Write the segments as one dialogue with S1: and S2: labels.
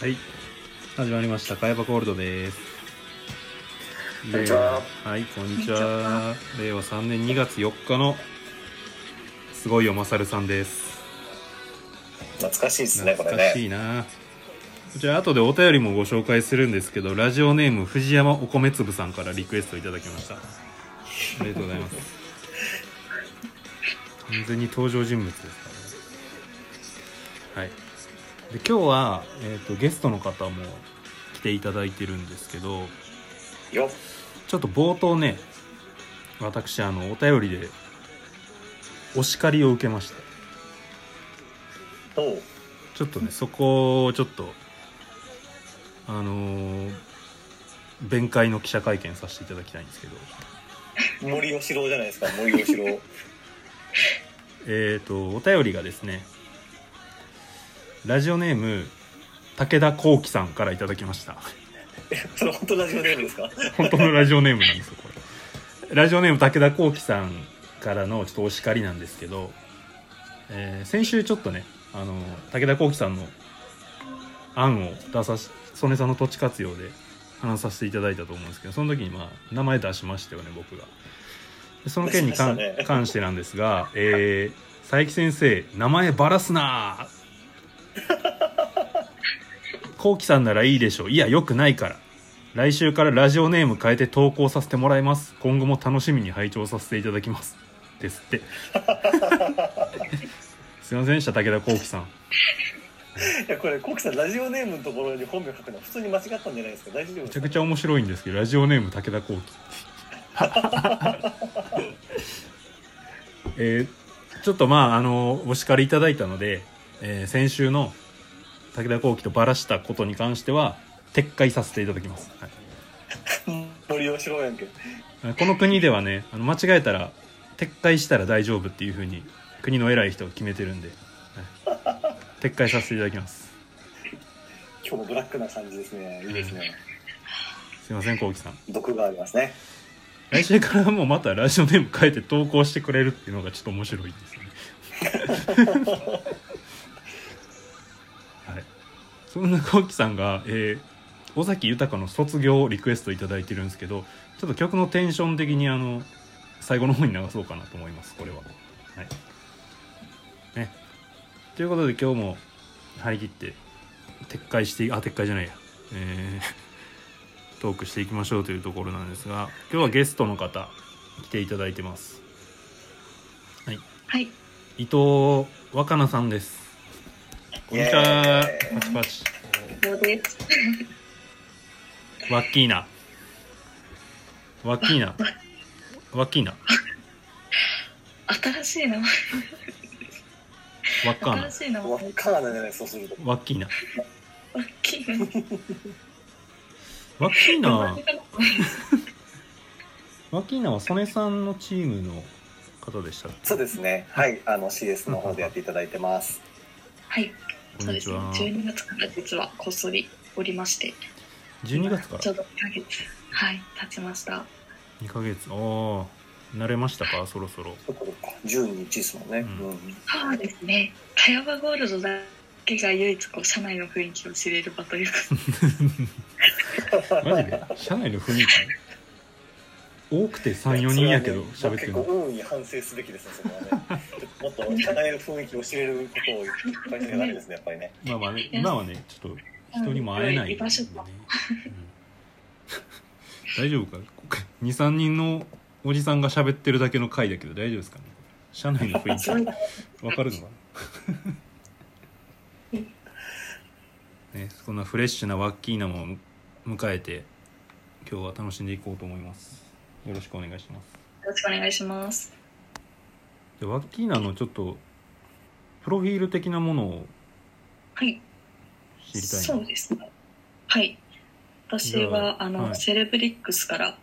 S1: はい始まりましたかやばコールドです
S2: こんにちは
S1: 令和はいこんにち
S3: こん
S1: は令和3年2月4日のすごいよまさるさんです
S2: 懐かしいですね、こ
S1: 懐
S2: れ
S1: か
S2: ね。
S1: しいなこちら後でお便りもご紹介するんですけどラジオネーム藤山お米粒さんからリクエストいただきましたありがとうございます完全に登場人物ですからねはいで今日は、えー、とゲストの方も来ていただいてるんですけど
S2: よっ
S1: ちょっと冒頭ね私あのお便りでお叱りを受けまして
S2: おう
S1: ちょっとねそこをちょっとあのー弁解の記者会見させていただきたいんですけど
S2: 森喜朗じゃないですか、森喜朗。
S1: えっ、とお便りがですねラジオネーム武田浩樹さんからいただきました
S2: それ本当ラジオネーム ですか
S1: 本当のラジオネームなんですよこれラジオネーム武田浩樹さんからのちょっとお叱りなんですけど、えー先週ちょっとねあの武田浩樹さんの案を出さし曽根さんの土地活用で話させていただいたと思うんですけどその時にまあ名前出しましたよね僕がでその件に関,、
S2: 出しました ね
S1: 関してなんですが、えー佐伯先生名前ばらすな こうきさんならいいでしょういやよくないから来週からラジオネーム変えて投稿させてもらいます今後も楽しみに拝聴させていただきますですってすいませんでした武田こうきさん
S2: いや、これ、コキさん、ラジオネームのところに本名書くのは普通に間違ったんじゃないですか大丈夫
S1: め
S2: で
S1: ちゃ
S2: す
S1: く
S2: か
S1: ちゃ面白いんですけどラジオネーム武田浩輝えーちょっとまああのお叱りいただいたので、えー先週の武田浩輝とバラしたことに関しては撤回させていただきます、はい
S2: 森喜朗やんけ。
S1: この国ではねあの間違えたら撤回したら大丈夫っていうふうに国の偉い人が決めてるんで、はい撤回させていただきます
S2: 今日もブラックな感じですね。いいですね。
S1: すいません浩輝さん
S2: 毒がありますね。
S1: 来週からはもうまたラジオネーム変えて投稿してくれるっていうのがちょっと面白いですよねはいそんなこうきさんが、えー尾崎豊の卒業をリクエスト頂いただいてるんですけどちょっと曲のテンション的にあの最後の方に流そうかなと思いますこれははいねということで今日も張り切って撤回してあ撤回じゃないやえートー クしていきましょうというところなんですが今日はゲストの方来ていただいてます
S3: はい。
S1: 伊藤若菜さんですこんにちはパチパチ
S3: そうです。
S1: ワッキーナワッキーナワッキーナ
S3: 新しい名前。
S1: ワッカーナ
S3: 新しい名前。
S2: わ
S3: わ
S2: っかがなじゃない、そうすると。
S1: ワッキーナ
S3: っきい名前。
S1: ワッキーナワ
S3: 名前
S1: ッキーナは曽根さんのチームの方でしたっけ
S2: そうですね。はい、あの、CS の方でやっていただいてます。
S3: はい。
S1: こ
S3: そ
S1: んに
S3: うで
S1: ち
S3: すね。
S1: は
S3: 12月から実はこっそりおりまして、
S1: 12月か
S3: ちょ
S1: ら
S3: うど2ヶ月はい経ちました。
S1: 2ヶ月おー慣れましたかそろそろ
S2: そっかそっか12日ですもんね。う
S1: うん
S2: ん。
S3: そうですね。かやばゴールドだけが唯一こう社内の雰囲気を知れる場と いうか。
S1: マジで社内の雰囲気多くて34人やけど喋ってる
S2: 結
S1: の
S2: 構大いに反省すべきですねそこはねもっと社内の雰囲気を知れることをいっぱいしなきゃダメですねやっぱりね
S1: まあまあね
S3: いや
S1: 今はねちょっと人にも会えない
S3: 居場所
S1: ね
S3: と
S1: うん大丈夫か23人のおじさんが喋ってるだけの回だけど大丈夫ですかね社内の雰
S3: そう
S1: 囲気わか るのかなねそんなフレッシュなワッキーナも迎えて今日は楽しんでいこうと思いますよろしくお願いします
S3: よろしくお願いします。
S1: でワッキーナのちょっとプロフィール的なものを
S3: はい。
S1: 知りたいな
S3: そうですねはい私
S1: じゃ
S3: は
S1: あ
S3: あの、
S1: はい
S3: セレブリックスから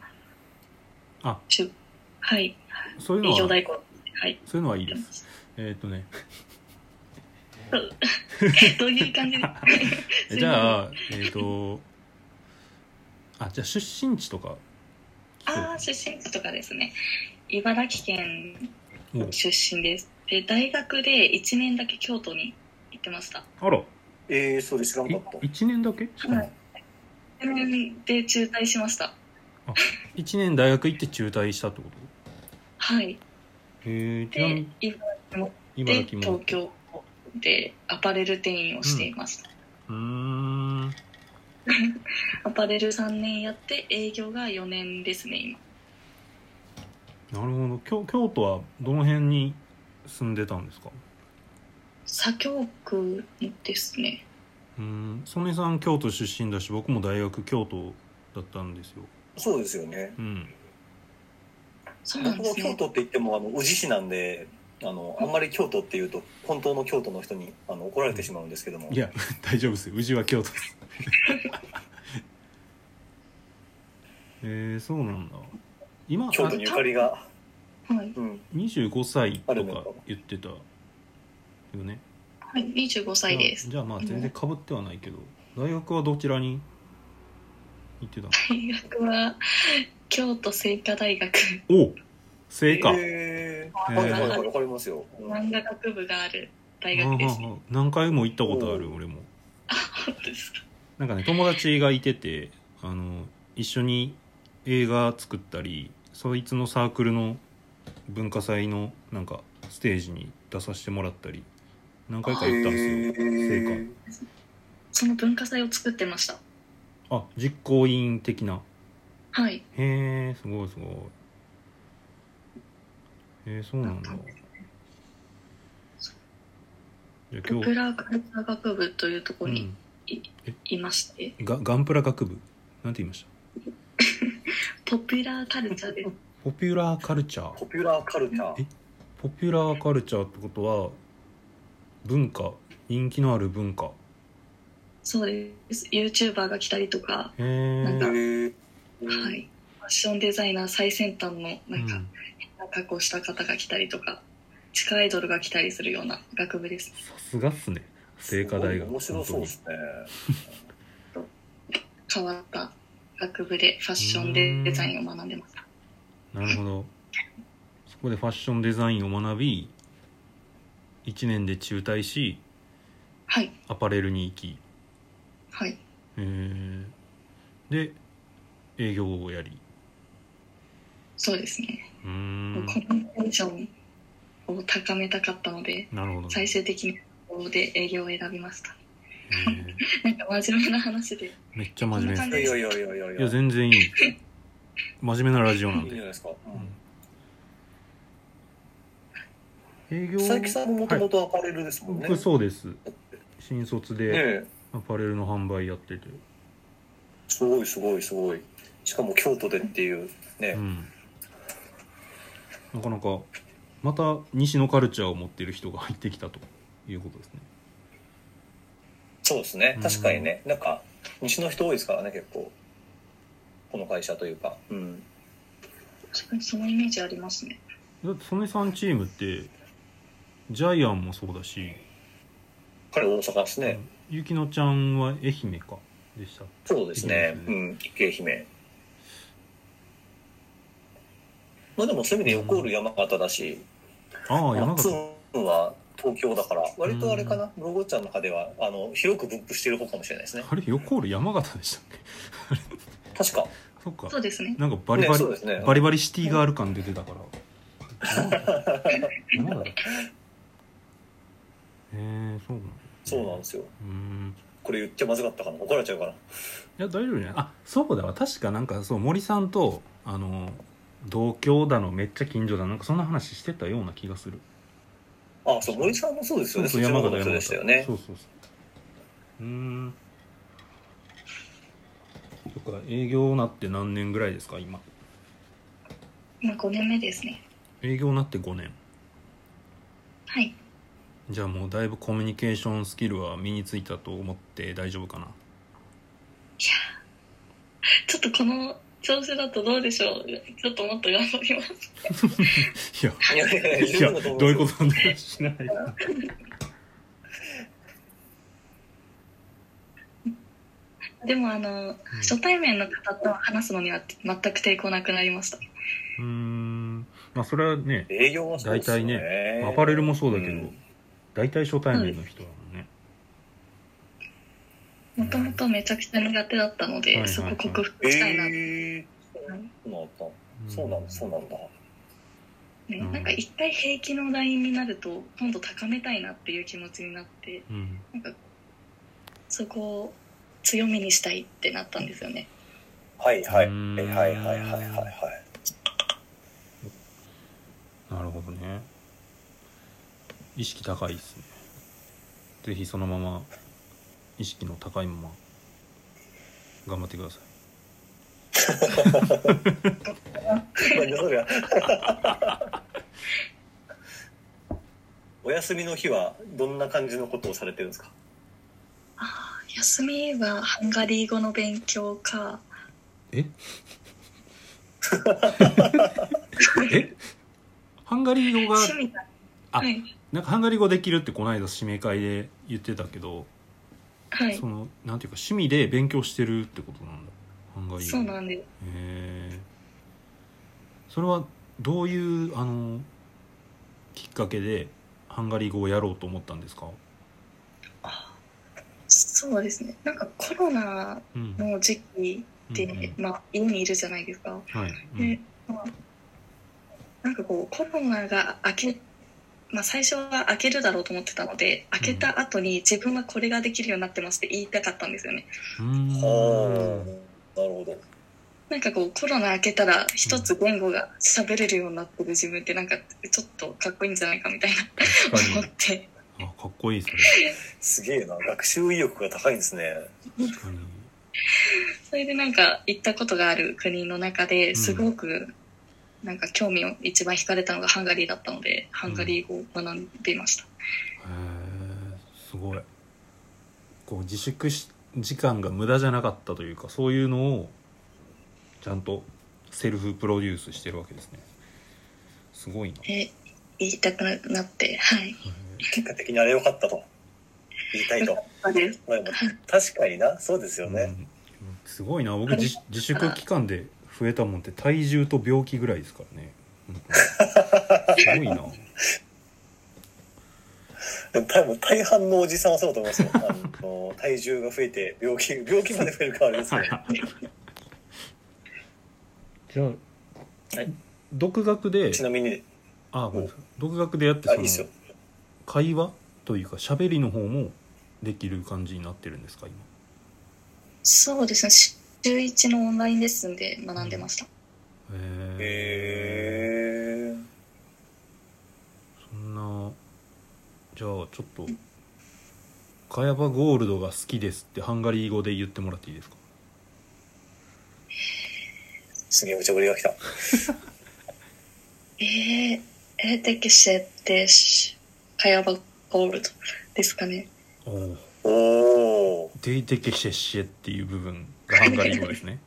S1: あ
S3: 中はい
S1: そういうの
S3: 以
S1: はそ
S3: 上
S1: うい
S3: 代行はい、
S1: うのはいいですえーっと ね
S3: どういう 感じ
S1: じゃあえーっとあじゃあ出身地とか
S3: ああ出身地とかですね茨城県
S1: お
S3: 出身ですで大学で1年だけ京都に行ってました
S1: あら
S2: ええそうです知ら
S1: い
S2: んかった。
S1: 1年だけしかも
S3: はいちなみにで中退しました
S1: 1年大学行って中退したってこと
S3: はい
S1: へえちなみ
S3: で
S1: に
S3: 今で
S1: 茨城も
S3: 東京でアパレル店員をしていました、
S1: うーん
S3: アパレル3年やって営業が4年ですね今
S1: なるほど京京都はどの辺に住んでたんですか
S3: 左京区ですね
S1: うーん曽根さん京都出身だし僕も大学京都だったんですよ
S2: そうですよね。
S1: うん
S3: そうなん
S2: 僕
S3: で
S2: も
S3: す
S2: 京
S3: ね
S2: 都って言ってもあの宇治市なんで。あのあんまり京都っていうと本当の京都の人にあの怒られてしまうんですけども
S1: いや 大丈夫ですよ宇治は京都です えー、そうなんだ今あ
S2: 京都にゆかりが、
S3: はい、
S2: うん、
S1: 25歳と
S2: あるの
S1: か
S2: か
S1: 言ってたよね
S3: はい、25歳です
S1: じゃあじゃあまあ全然かぶってはないけど大学はどちらに行ってたの
S3: 大学は京都精華大学
S1: お聖火、え
S2: えー、
S1: ー
S2: はいはいはいわかりますよ、うん
S3: 漫画学部がある大
S1: あ
S3: 学ですね
S1: あ何回も行ったことある俺も
S3: 本当ですか
S1: なんかね友達がいててあの一緒に映画作ったりそいつのサークルの文化祭のなんかステージに出させてもらったり何回か行ったんですよ
S2: へ
S1: 聖
S2: ー
S3: その文化祭を作ってました
S1: あ実行委員的な
S3: はい
S1: へえすごいすごいへえそうなんだ
S3: そう
S1: じゃあ
S3: ポ
S1: 今
S3: プ
S1: 日、
S3: ラカルチャー学部というとこ
S1: う
S3: ろに
S1: ん、
S3: いまして、
S1: ガガンプラ学部なんて言いました
S3: ポピュラーカルチャーです
S1: ポピュラーカルチャー
S2: ポピュラーカルチャー
S1: えポピュラーカルチャーってことは文化人気のある文化
S3: そうです YouTuber が来たりとか、
S1: へ
S3: なん
S1: え
S3: か
S2: へー
S3: はいファッションデザイナー最先端のなんか、
S1: うん
S3: 格好した方が来たりとか地下アイドルが来たりするような学部です
S1: さすがっすね聖火大学
S2: 面白そうですね
S3: 変わった学部でファッションでデザインを学んでました
S1: なるほどそこでファッションデザインを学び1年で中退し
S3: はい
S1: アパレルに行き
S3: はい
S1: へーで営業をやり
S3: そうですね、
S1: うーん
S3: コミュニケーションを高めたかったので
S1: なるほど
S3: 最
S1: ね
S3: 終的にここで営業を選びました
S1: へ
S3: なんか真面目な話で
S1: ーめっちゃ真面目です
S2: いやいやいやいやいやい
S1: いや全然いい真面目なラジオない
S2: い
S1: ん
S2: んじゃ
S1: で
S2: ないですか、
S1: 営業
S2: 佐伯さんももともとアパレルですもんね、
S1: 僕そうです新卒
S2: ね
S1: で
S2: え
S1: アパレルの販売やってて、
S2: すごいすごいすごいしかも京都でっていうね、
S1: うん、なかなかまた西のカルチャーを持っている人が入ってきたということですね
S2: そうですね確かにね、なんか西の人多いですからね結構この会社というか、うん、
S3: 確かにそのイメージありますね
S1: だって曽根さんチームってジャイアンもそうだし、
S2: 彼大阪ですね、
S1: ゆきのちゃんは愛媛かでした
S2: そうですね
S1: いいです
S2: う
S1: ね
S2: ん池姫まあでもそういう意味で横る山形だし、
S1: ああ
S2: マ
S1: 山
S2: ッツ
S1: 形
S2: ンは東京だから割とあれかな、ロゴちゃんの中ではあの広く分布してる方かもしれないですね
S1: あれ横ール山形でしたっけ
S2: 確か
S1: そっか
S3: そうですね
S1: なんかバリバ
S2: ね
S1: リ、
S2: そうですね
S1: バリバリシティガール感出てたから。 山だ。へえそうなの。
S2: そうなんですよ
S1: うん。
S2: これ言っちゃまずかったかな怒られちゃうかない
S1: や大丈夫じゃない。あそうだわ確かなんかそう森さんとあの同郷だのめっちゃ近所だのなんかそんな話してたような気がする。
S2: あそう森さんもそうですよねそっちの
S1: 山
S2: 方
S1: 形
S2: の
S1: 山
S2: 人
S1: 形。
S2: でしたよね
S1: そうそうそう。うん。とか営業なって何年ぐらいですか今。
S3: 今5年目ですね
S1: 営業なって5年。
S3: はい
S1: じゃあもうだいぶコミュニケーションスキルは身についたと思って大丈夫かな
S3: ちょっとこの調子だとどうでしょうちょっともっと頑張ります
S1: いや
S2: いやいや
S1: い
S2: い
S1: や
S2: や
S1: どういうことなんだろうしない
S3: でもあの、初対面の方と話すのには全く抵抗なくなりました
S1: うーんまあそれはね
S2: 営業はそうですよ
S1: 大体
S2: ね
S1: アパレルもそうだけど、
S2: ん
S1: 大体初対面の人だもんね、
S3: もともとめちゃくちゃ苦手だったの
S1: はいはいは
S3: で、
S1: い
S3: そこ克服したいなって。
S2: えー、そうなんだ。そうなんだ、そうなんだ。
S3: ねなんか一回平気のラインになると、今度高めたいなっていう気持ちになって、
S1: うん
S3: なんか、そこを強みにしたいってなったんですよね。
S2: はいはい。
S1: う
S2: は
S1: ー
S2: い
S1: ん
S2: はいはいはいはいはい。
S1: なるほどね意識高いですねぜひそのまま意識の高いまま頑張ってください
S2: なんだそりゃ お休みの日はどんな感じのことをされてるんですか
S3: 休みはハンガリー語の勉強 か、
S1: ええ ハンガリー語が
S3: 趣味が、
S1: あ
S3: はい、
S1: なんかハンガリー語できるってこの間指名会で言ってたけど、
S3: はい
S1: そ、のなんていうか趣味で勉強してるってことなんだハンガリー語
S3: そうなんです。
S1: へえそれはどういうあのきっかけでハンガリー語をやろうと思ったんですか、
S3: そうですね。なんかコロナ
S1: うん
S3: の時期って、
S1: うん
S3: まあ、家にいるじゃないですか。
S1: うんはい、うん
S3: で、まあ、なんかこう、コロナが明け、まあ、最初は明けるだろうと思ってたので、明けた後に自分はこれができるようになってますって言いたかったんですよね。
S1: うーん
S2: おなるほど。
S3: なんかこう、コロナ明けたら、一つ言語が喋れるようになってる自分って、なんか、ちょっとかっこいいんじゃないかみたい
S1: 確か
S3: な思っ
S1: に
S3: て、
S1: あかっこいいそれ
S2: すげえな。学習意欲が高いんですね。
S1: 確かに
S3: それでなんか、行ったことがある国の中で
S1: ん
S3: すごく、なんか興味を一番惹かれたのがハンガリーだったので、ハンガリー語を学んでいました。
S1: へえすごいこう自粛し時間が無駄じゃなかったというかそういうのをちゃんとセルフプロデュースしてるわけですねすごいな、へ
S3: え、言いたくなって、はい。
S1: え
S2: 結果的にあれ良かったと。言いたい と。
S3: そうです。
S2: まあでも確かにな。そうですよ
S1: う
S2: ね。
S1: んすごいな僕自自粛期間で増えたもんって体重と病気ぐらいですからねうんすごいな
S2: でも多分大半のおじさんはそうだと思い ますよ。あの体重が増えて病気、病気まで増えるからあれですよね。
S1: じゃあ
S2: はい
S1: 独学で
S2: ちなみに、
S1: あごめんなさい独学でやって
S2: あ、い
S1: そ
S2: いですよ
S1: の。会話というか喋りの方もできる感じになってるんですか今
S3: そうですね。週一のオンラインレッスンで学んでました。
S1: へえ
S2: へー。
S1: そんなじゃあちょっと「カヤバゴールドが好きです」ってハンガリー語で言ってもらっていいですか
S2: すげえ、無茶ぶりが来た。
S3: えー、えー、テキシェってし、カヤバゴールドですかね。
S1: おお
S2: お
S1: 「
S2: ー。
S1: デイテケシェッシェ」っていう部分がハンガリー語ですね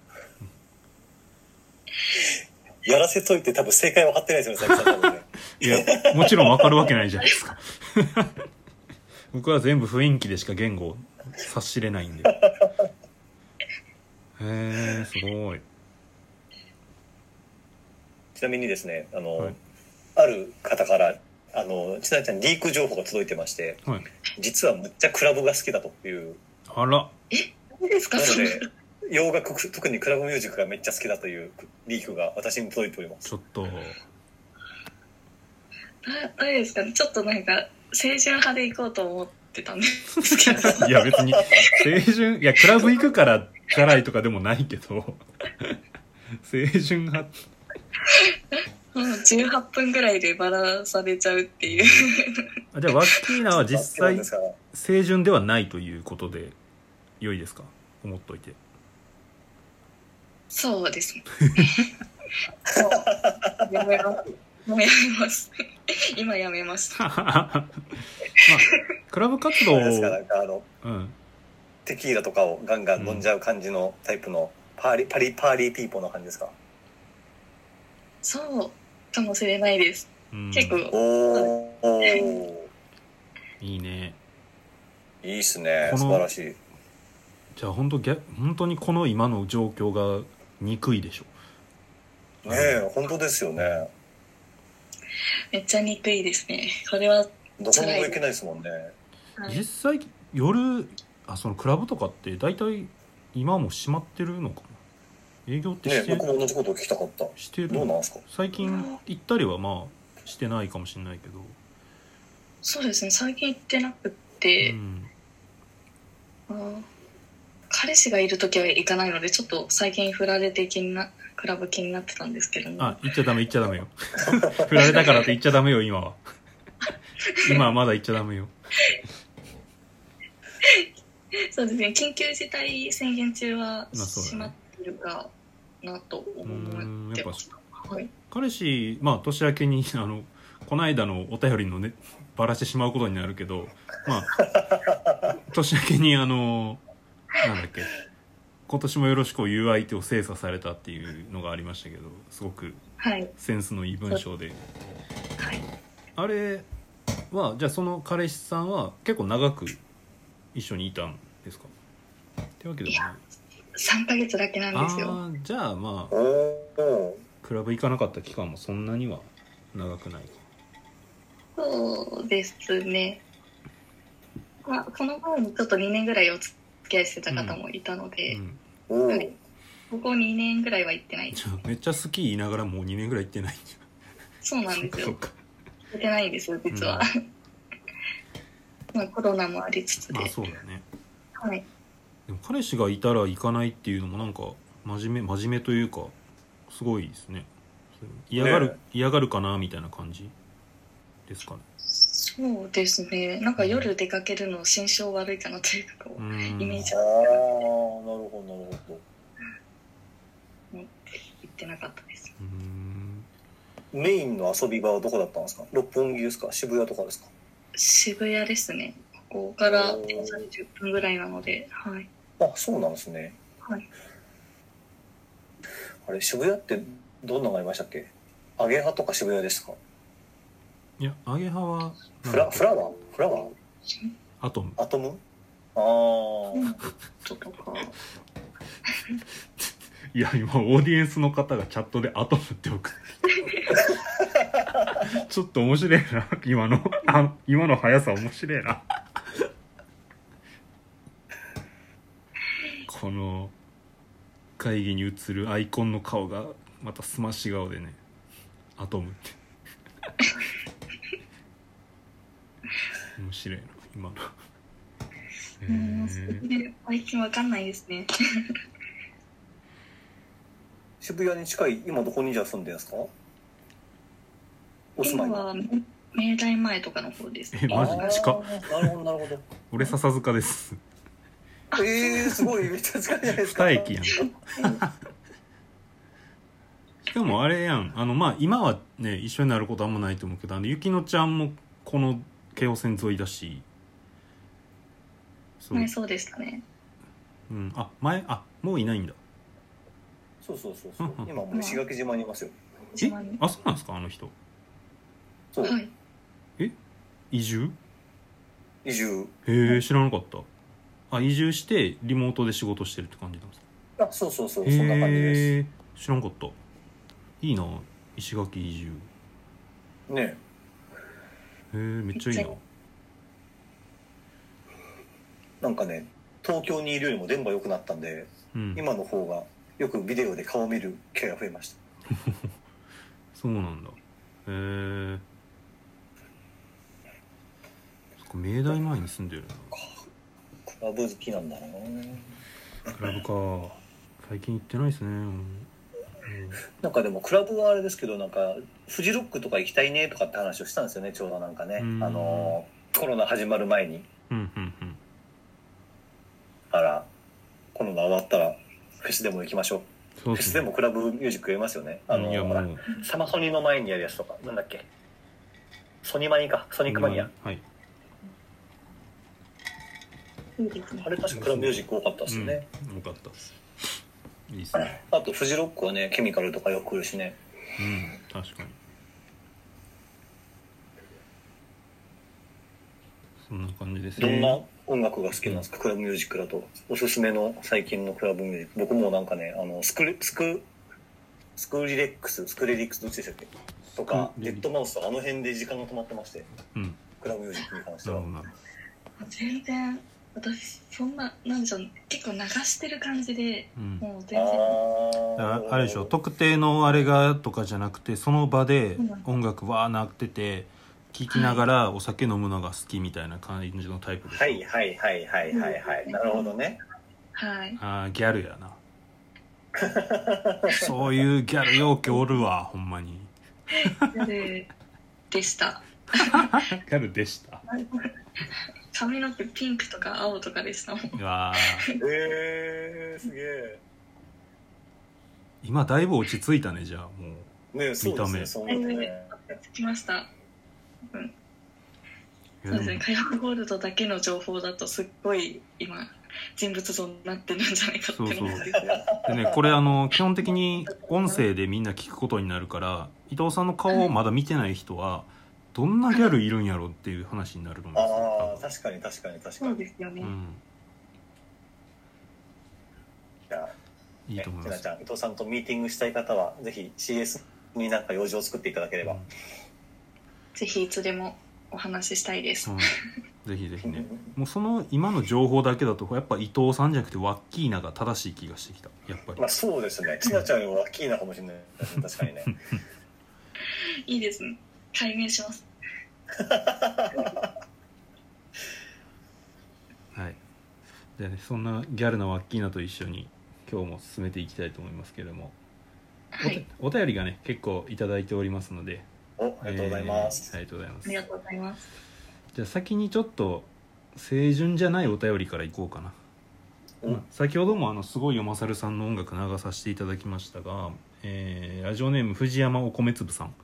S2: やらせといて多分正解分かってな いですよね、佐々木さん多分ね。
S1: いやもちろんわかるわけないじゃないですか 僕は全部雰囲気でしか言語を察しれないんでへえすごい
S2: ちなみにですね、あの、
S1: はい
S2: ある方から、あの、ちなみちゃんリーク情報が届いてまして、
S1: はい
S2: 実はむっちゃクラブが好きだという。
S1: あら
S3: 何ですか
S2: なの
S3: そ
S2: で、洋楽、特にクラブミュージックがめっちゃ好きだというリークが私に届いております。
S1: ちょっと
S3: な誰ですかねちょっとなんか、青春派で行こうと思ってたんですけ ど。
S1: いや別に青春いやクラブ行くから辛いとかでもないけど 青春派
S3: もう18分ぐらいでバラされちゃうっていう。
S1: あじゃあワッキーナは実
S2: 好きな
S1: 際
S2: んですが
S1: 清純ではないということで良いですか思っといて
S3: そうですね。そうやめます。もうやめます。今やめました。
S1: まあクラブ活動
S2: あ
S1: を
S2: れですか、なんかあの、
S1: うん
S2: テキーラとかをガンガン飲んじゃう感じのタイプの、パーリ、パリ、パーリーピーポーな感じですか。
S3: そうかもしれないです。
S1: うん
S3: 結構、
S2: おー。お
S1: いいね
S2: ーいいっすね。
S1: この
S2: 素晴らしい。
S1: じゃあ本当逆本当にこの今の状況が憎いでしょ
S2: ねえ、本当ですよね。
S3: めっちゃ憎いですね。これは、
S2: どこにも行けないですもんね。
S3: はい
S1: 実際夜あそのクラブとかって大体今も閉まってるのかな営業って
S2: ね
S1: して,、
S2: 僕も同じことを聞きたかった
S1: してる
S2: どうなんですか
S1: 最近行ったりはまあしてないかもしれないけど、
S3: そうですね最近行ってなくっ
S1: う
S3: て、
S1: ん、
S3: あー彼氏がいる時は行かないのでちょっと最近振られて気になクラブ気になってたんですけども
S1: あ行っちゃダメ行っちゃダメよ 振られたからって行っちゃダメよ今は 今はまだ行っちゃダメよ
S3: そうですね緊急事態宣言中は
S1: まあそうだ
S3: 閉
S1: ね
S3: まってるかなと
S1: うー
S3: 思
S1: ん
S3: っ
S1: や
S3: て
S1: っぱ
S3: ます、はい、
S1: 彼氏まあ年明けにあのこの間のお便りのねばらしてしまうことになるけどまあ年明けにあのなんだっけ今年もよろしくを言う相手を精査されたっていうのがありましたけどすごく
S3: はい
S1: センスのいい文章で
S3: はい
S1: あれはじゃあその彼氏さんは結構長く一緒にいたんですかってわけでもない
S3: 3ヶ月だけなんですよ
S1: ああじゃあまあ
S2: おお
S1: クラブ行かなかった期間もそんなには長くないか
S3: そうですねまあこの前にちょっと2年ぐらいお付き合いしてた方もいたので、
S1: うん
S2: おお
S3: はいここ2年ぐらいは行ってない
S1: じゃあめっちゃ好き言いながらもう2年ぐらい行ってない
S3: そうなん
S1: そっ
S3: で
S1: か
S3: す
S1: そっ
S3: よ
S1: か
S3: 行ってないんですよ実は、 まあコロナもありつつで、
S1: まあそうだね
S3: はい
S1: でも彼氏がいたら行かないっていうのもなんか真面目真面目というかすごいですね嫌がる、
S2: ね
S1: 嫌がるかなみたいな感じですかね
S3: そうですねなんか夜出かけるの心象悪いかなというかこ
S1: う
S3: うんイメー
S2: あ
S3: ジ
S2: あなるほどなるほ
S3: 思って行ってなかったです
S1: うん
S2: どメインの遊び場はどこだったんですか六本木ですか渋谷とかですか
S3: 渋谷ですねここから
S2: おー
S3: 電車で10分ぐらいなのではい
S2: あそうなんですね
S3: はい
S2: あれ渋谷ってどんなのがありましたっけアゲハとか渋谷ですか
S1: いやアゲハはなん
S2: フ
S1: だ
S2: ラ
S1: っけ
S2: フラワーフラワー
S1: アトム
S2: アトムああ
S3: ちょっとか
S1: いや今オーディエンスの方がチャットで「アトム」って送ってちょっと面白いな今のあ今の速さ面白いなこの会議に映るアイコンの顔がまたスマッシュ顔でね「アトム」って面白いな今のへ
S3: もう
S1: ー
S3: 最近わかんないですね
S2: 渋谷に近い今どこにじゃあ住んでるんですかお住ま
S3: 今
S2: い
S3: は明大前とかの方です
S1: えマジ
S2: あー
S1: 近っ
S2: なるほどなるほ
S1: 俺笹塚です
S2: どえー、すごいめっちゃ近いじゃないですか
S1: 二駅やん しかもあれやんあのまあ今はね一緒になることあんまないと思うけどあのゆきのちゃんもこの京王線沿いだしそう、
S3: 前そうでしたね
S1: うん、あ前あもういないんだ
S2: そうそうそうそう今もう石垣島にいますよ
S1: え
S3: 島に
S1: あそうなんですかあの人
S2: そう、
S3: はい
S1: 移住
S2: 移住
S1: へえ知らなかったあ移住してリモートで仕事してるって感じなんですか
S2: あそうそうそうそんな感じです
S1: へえ知らなかったいいな石垣移住
S2: ね
S1: へえめっちゃいいな
S3: めっちゃいい
S2: なんかね東京にいるよりも電波良くなったんで
S1: うん
S2: 今の方がよくビデオで顔を見る機会が増えました
S1: そうなんだへえそっか明大前に住んでる
S2: クラブ好きなんだな
S1: なクラブか最近行ってないですねうん
S2: なんかでもクラブはあれですけどなんかフジロックとか行きたいねとかって話をしたんですよねちょうどなんかねあ
S1: うん
S2: のコロナ始まる前に
S1: うんうんうん
S2: あらコロナ終わったらフェスでも行きましょう
S1: そう
S2: フェスでもクラブミュージックやりますよねあ
S1: う
S2: の
S1: んいやも
S2: ほら
S1: う
S2: サマソニの前にやるやつとかなんだっけソニマニかソニックマニア、
S1: はい
S3: いいですね
S2: あれ確かクラブミュージック多かったですよね、
S1: うんよかったっすいいっすね
S2: あとフジロックはねケミカルとかよく来るしね
S1: うん確かにそんな感じです
S2: どん
S1: ね
S2: な音楽が好きなんですか、クラブミュージックだとおすすめの最近のクラブミュージック僕もうなんかねあのスクレスクスクリレックススクレリックスどっちでしたっけとか
S1: スクリ
S2: デッドマウスとかあの辺で時間が止まってまして
S1: うん
S2: クラブミュージックに関して
S1: なる
S2: は
S1: ほどなる
S3: 全然私そんななんでしょう結構流してる感じで
S1: うん
S3: もう全然
S1: あ
S2: あ
S1: あれでしょ特定のあれがとかじゃなくてその場で
S3: そうなんです
S1: 音楽わーなってて聴きながらお酒飲むのが好きみたいな感じのタイプでしょ、
S2: はいはいはいはいはいはい、なるほどね
S3: はい
S1: あーギャルやな そういうギャルようけおるわほんまに
S3: で でした
S1: ギャルでした
S3: 髪の毛ピンクとか青とかでしたもん
S1: うわー
S2: えー、すげえ
S1: 今だいぶ落ち着いたねじゃあもう
S2: ねそうですね
S1: 見た目
S2: そう思うとね
S3: つきました
S1: い
S3: そう
S1: や
S3: です
S1: で
S3: ね
S1: も
S3: カヤックゴールドだけの情報だとすっごい今人物像になってるんじゃないかって思うんですけど
S1: でねこれあの基本的に音声でみんな聞くことになるから伊藤さんの顔をまだ見てない人はどんなギャルいるんやろっていう話になると思うん
S2: ああ
S1: ですよ
S2: 確かに確かに確か
S3: そう
S2: にい
S3: ですよね、
S1: 多分
S2: や
S1: うんいいと思い
S2: ね
S1: ま
S2: ち
S1: す
S2: なちゃん伊藤さんとミーティングしたい方はぜひ CS になんか用事を作っていただければ、
S3: ぜひいつでもお話ししたいです、
S1: うんぜひぜひ ねもうその今の情報だけだとやっぱ伊藤さんじゃなくてワッキーナが正しい気がしてきたやっぱり
S2: まあそうですねちなちゃんはキーなかもしれないですね確か にね
S3: いいですね解明します
S1: はいでねそんなギャルなワッキーナと一緒に今日も進めていきたいと思いますけれどもお,、
S3: はい
S1: お便りがね結構いただいておりますので
S2: おありがとうございます、
S1: えーありがとうございま
S3: あ
S1: す
S3: りがとうございます
S1: じゃあ先にちょっと清純じゃないお便りからいこうかな、
S2: うん
S1: まあ先ほどもあのすごいよまさるさんの音楽流させていただきましたが、えーラジオネーム藤山お米粒さん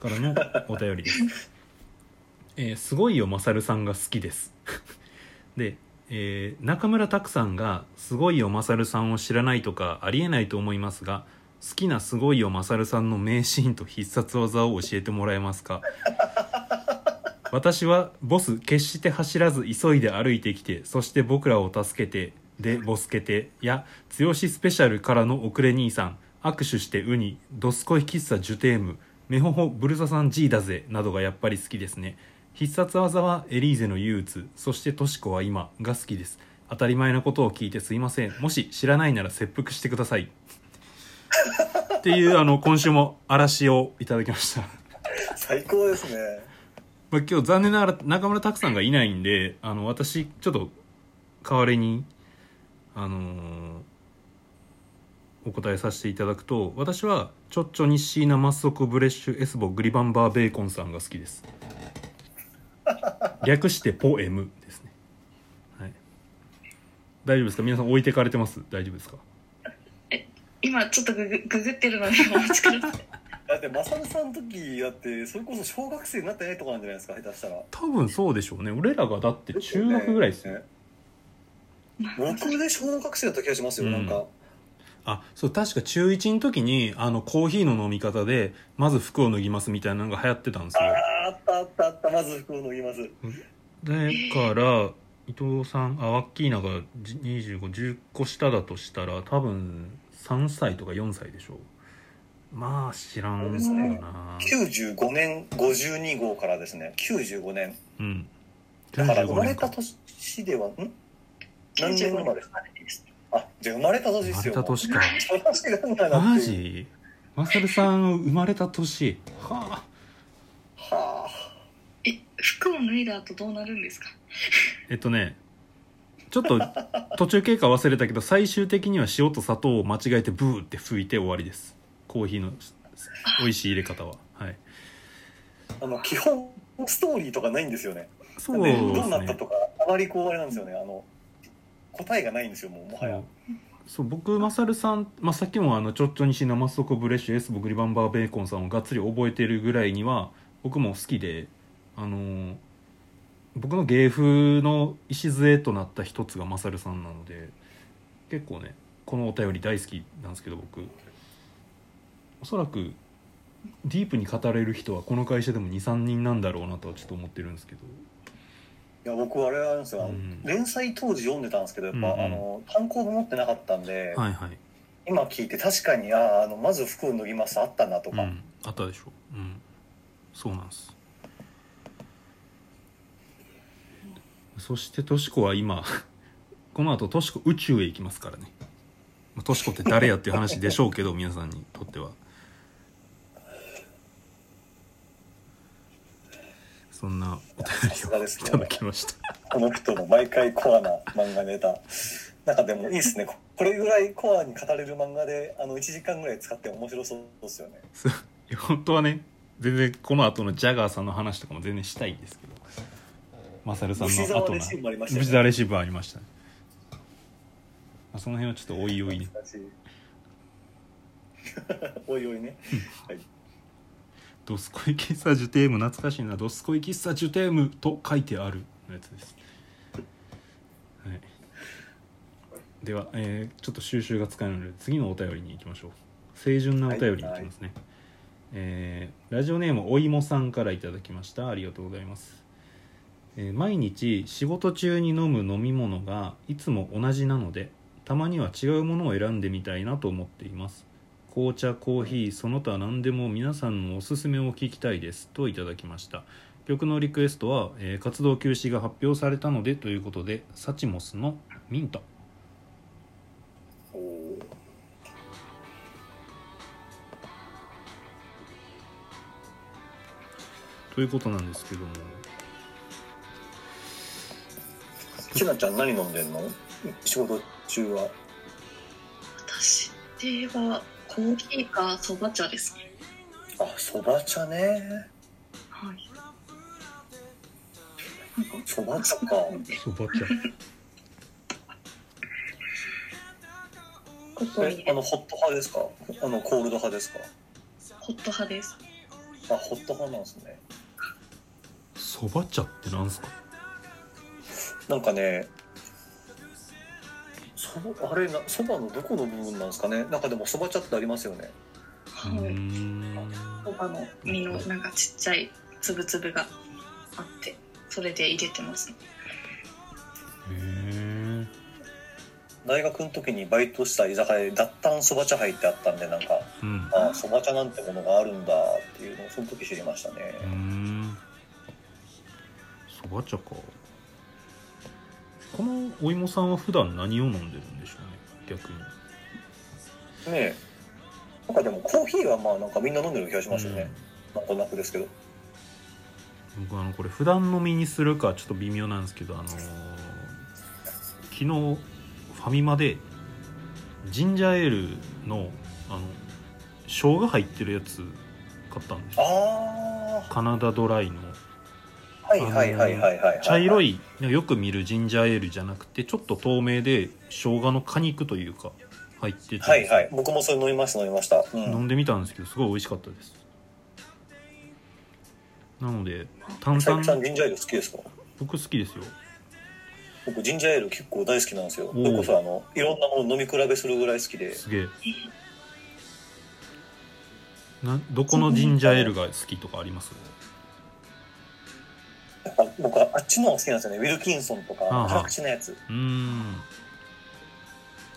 S1: から のお便りです、えーすごいよまさるさんが好きです で、えー中村拓さんが「すごいよまさるさんを知らないとかありえないと思いますが好きなすごいよまさるさんの名シーンと必殺技を教えてもらえますか私はボス決して走らず急いで歩いてきてそして僕らを助けてでボスケテや剛スペシャルからの遅れ兄さん握手してウニドスコイ喫茶ジュテームメホホブルザさん G だぜなどがやっぱり好きですね必殺技はエリーゼの憂鬱そしてトシコは今が好きです当たり前のことを聞いてすいませんもし知らないなら切腹してくださいっていうあの今週も嵐をいただきました
S2: 最高ですね
S1: まあ、今日残念ながら中村拓さんがいないんであの私ちょっと代わりに、あのーお答えさせていただくと私はちょっちょにシーナ・マッソク・ブレッシュ・エスボ・グリバンバー・ベーコンさんが好きです 略してポエムですね、はい、大丈夫ですか皆さん置いてかれてます大丈夫ですか
S3: 今ちょっとググググってるのでお待ちください
S2: だってマサルさんの時だってそれこそ小学生になってないとかなんじゃないですか下手したら
S1: 多分そうでしょうね俺らがだって中学ぐらいですね
S2: ね僕で小学生だった気がしますよ、
S1: うん
S2: なんか
S1: あそう確か中1の時にあのコーヒーの飲み方でまず服を脱ぎますみたいなのが流行ってたんです
S2: あ
S1: よ
S2: ああったあったあったまず服を脱ぎます
S1: だから伊藤さんあワッキーナが2510個下だとしたら多分3歳とか4歳でしょうまあ知らんよ
S2: そうですね
S1: な
S2: 95年52号からですね95年
S1: うん
S2: だから生
S1: 95
S2: まれ
S1: 年
S2: た
S1: か
S2: 年ではん何年生まれですかあじゃあ生まれた年
S1: 生
S2: で
S1: ますれ
S2: よ
S1: た年か
S2: もう話がなんだなっていう
S1: マジマサルさん生まれた年はあ
S2: は
S3: え服を脱いだ後どうなるんですか
S1: えっとねちょっと途中経過忘れたけど最終的には塩と砂糖を間違えてブーって吹いて終わりですコーヒーの美味しい入れ方ははい
S2: ああの基本ストーリーとかないんですよね
S1: そう
S2: で
S1: で
S2: どう
S1: す
S2: なった
S1: ね
S2: とかあまりこうあれなんですよねあの答えがないんですよもうもはや、
S1: そう僕マサルさん、まあ、さっきもあの「ちょっちょにしなまっそこブレッシュエスボグリバンバーベーコン」さんをがっつり覚えてるぐらいには僕も好きであのー僕の芸風の礎となった一つがマサルさんなので結構ねこのお便り大好きなんですけど僕おそらくディープに語れる人はこの会社でも23人なんだろうなとはちょっと思ってるんですけど
S2: いや僕あれなんですよ、あの
S1: うん
S2: 連載当時読んでたんですけどやっぱ、
S1: うんうん
S2: あの単行本持ってなかったんで、
S1: はいはい、
S2: 今聞いて確かにあーあのまず服を脱ぎますあったなと
S1: う
S2: か、
S1: ん、あったでしょうんそうなんですそしてトシコは今 この後トシコ宇宙へ行きますからねまあトシコって誰やっていう話でしょう けど皆さんにとってはそんなお
S2: さす
S1: 便
S2: が
S1: りを
S2: ですね
S1: いただきました
S2: この人の毎回コアな漫画ネタ。なんかでもいいですね。ここれぐらいコアに語れる漫画で、あの、1時間ぐらい使って面白そうですよね。
S1: そういや本当はね全然この後のジャガーさんの話とかも全然したいんですけどマサルさん
S2: 虫
S1: の
S2: 沢
S1: 後の
S2: レシーブもありましたよね
S1: 虫沢レシーブありましたね、まあ、その辺はちょっとおいおいね
S2: 懐かしい おいおいね。はい。
S1: ドスコイ喫茶ジュテーム懐かしいなドスコイ喫茶ジュテームと書いてあるのやつです、はい、では、えーちょっと収集が使えないので次のお便りに行きましょう清純なお便りに行きますね、えーラジオネームおいもさんからいただきましたありがとうございます、えー毎日仕事中に飲む飲み物がいつも同じなのでたまには違うものを選んでみたいなと思っています紅茶コーヒーその他何でも皆さんのおすすめを聞きたいですといただきました曲のリクエストは、えー活動休止が発表されたのでということでサチモスのミント
S2: おー
S1: ということなんですけども
S2: きなちゃん何飲んでんの仕事中は。
S3: 私ではコーヒーかそば茶ですね。
S2: あ、そば茶ね。
S3: はい。
S2: そば茶か。
S1: そば茶
S3: ここに
S2: え、あの、ホット派ですかあの、コールド派ですか
S3: ホット派です。
S2: あ、ホット派なんですね。
S1: そば茶ってなんすか
S2: なんかね、そあれな、そばのどこの部分なんですかね。なんかでもそば茶ってありますよね。
S1: う
S3: は
S1: ー
S3: い。
S1: ん
S3: そばの実のなんかちっちゃいつぶつぶがあって、それで入れてますね。
S1: へ
S2: 大学の時にバイトした居酒屋で脱炭そば茶杯ってあったんで、なんか、
S1: えうん
S2: ああ、そば茶なんてものがあるんだっていうのをその時知りましたね
S1: う。ーんそば茶かこのお芋さんは普段何を飲んでるんでしょうね逆に
S2: ねえ。なんかでもコーヒーはまあなんかみんな飲んでる気がしますよね。なんとなくですけど。
S1: うん僕あのこれ普段飲みにするかちょっと微妙なんですけどあのー昨日ファミマでジンジャーエールのあの生姜入ってるやつ買ったんです
S2: あ
S1: よカナダドライの
S2: あ、はいはいはいはいはい。
S1: 茶色
S2: い。
S1: いよく見るジンジャーエールじゃなくてちょっと透明で生姜の果肉というか入ってて、
S2: はいはい。僕もそれ飲みました飲みました。う
S1: 飲
S2: ん。
S1: んでみたんですけどすごい美味しかったですなので炭
S2: 佐伯さ
S1: 酸
S2: んジンジャーエール好きですか
S1: 僕好きですよ
S2: 僕ジンジャーエール結構大好きなんですよ
S1: お
S2: そ
S1: ー
S2: れこそあのいろんなもの飲み比べするぐらい好きです
S1: げえなどこのジンジャーエールが好きとかあります
S2: やっぱ僕はあっちの方が好きなんですよねウィルキンソンとか
S1: ああ
S2: 辛口のやつ
S1: うーん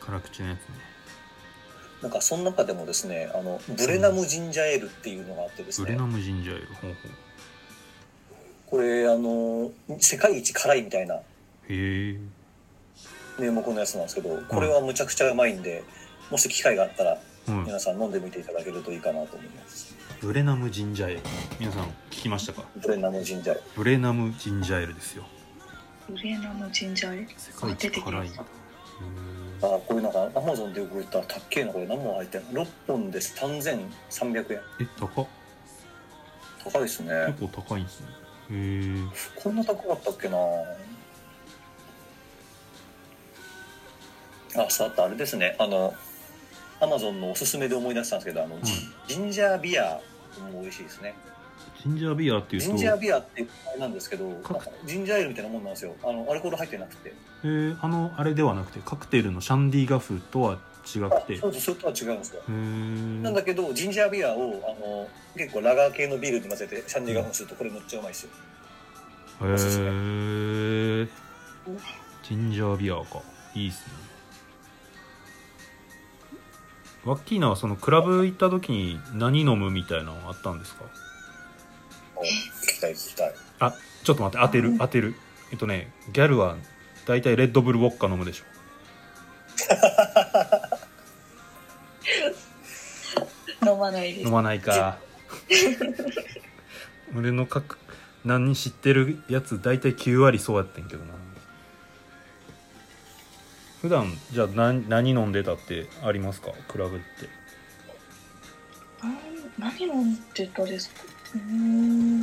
S1: 辛口のやつね
S2: なんかその中でもですねあのブレナムジンジャーエールっていうのがあってです
S1: ブレ
S2: ね
S1: ナムジンジャーエールほうほ
S2: これあの世界一辛いみたいな
S1: うへえ
S2: 名目のやつなんですけどこれはむちゃくちゃうまいんでもし機会があったら
S1: うん
S2: 皆さん飲んでみていただけるといいかなと思います
S1: ブレナムジンジャーエール皆さん聞きましたか
S2: ブレナムジンジャーエール
S1: ブレナムジンジャーエールですよ
S3: ウレナのジンジャーエール。
S1: 世界一辛いんだうーん
S2: ああこれなんかアマゾンでよく売ったらたっけえなこれ何本入ってんの6本で3300円
S1: え高っ
S2: 高いですね
S1: 結構高いんですねへえ
S2: こんな高かったっけなあ、そうだった、あれですね。あの、アマゾンのおすすめで思い出したんですけど、あの、
S1: ん
S2: ジジンジャービアも美味しいですね。
S1: ジンジャービアっていう
S2: ジ
S1: と
S2: ンジャービアっていう名前なんですけど、なん
S1: 各
S2: かジンジャーエールみたいなもんなんですよ。あの、アルコール入ってなくて。
S1: えーあのあれではなくてカクテルのシャンディガフとは違
S2: あ
S1: くてへ
S2: そうそう、それとは違うんですよ。
S1: ー
S2: なんだけど、ジンジャービアを、あの、結構ラガー系のビールに混ぜて、シャンディガフにすると、これめっちゃうまいですよ。
S1: へ
S2: おすすめ
S1: えジンジャービアかいいっすねワッキーナはそのクラブ行った時に何飲むみたいなのあったんですか
S2: お聞きたい、聞きたい。
S1: あちょっと待って当てる当てるえっとねギャルは大体レッドブルウォッカ飲むでしょ
S3: 飲まないです
S1: 飲まないか 俺の各何知ってるやつ大体9割そうやってんけどな普段じゃあ何何飲んでたってありますかクラブって
S3: なん何飲んでたですかうーん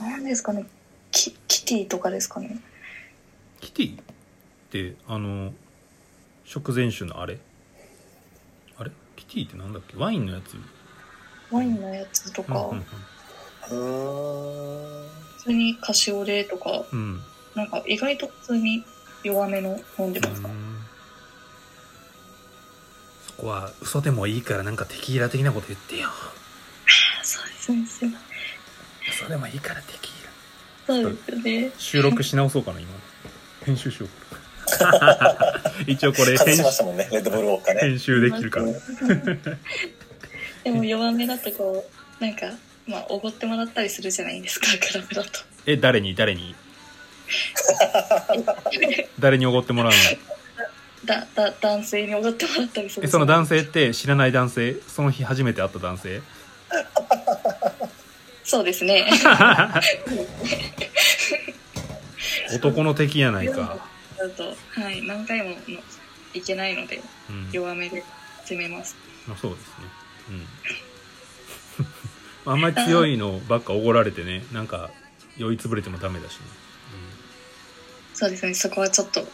S3: 何ですかねキキティとかですかね
S1: キティってあの食前酒のあれあれキティってなんだっけワインのやつ
S3: ワインのやつとか、
S1: うんうん
S2: うーん。
S3: 普通にカシオレとか
S1: うんうん
S3: なんか意外と普通に弱めの飲んでます、
S1: うんそこは嘘でもいいからなんかテキーラ的なこと言ってよ
S3: そうですねすいません
S1: 嘘でもいいからテキーラ
S3: そうですね
S1: 収録し直そうかな今編集し よう一応これ
S2: 外
S1: 編
S2: しましたもんね、レッドブルウォーカーね。
S1: 編集できるから
S2: うん
S3: でも弱めだとこうなんかまあおごってもらったりするじゃないですか クラブだと
S1: え誰に誰 に誰におごってもらうの
S3: だだ男性におごってもらったりする
S1: えその男
S3: 性
S1: 性って知らない男性その日初めて会った男性
S3: そうですね
S1: 男の敵やないか、
S3: だとはい何回ものいけないので
S1: うん、
S3: 弱めで攻めます
S1: まあそうですねうん あんまり強いのばっかおごられてねなんか酔いつぶれてもダメだし、ね
S3: そうですねそこはちょっと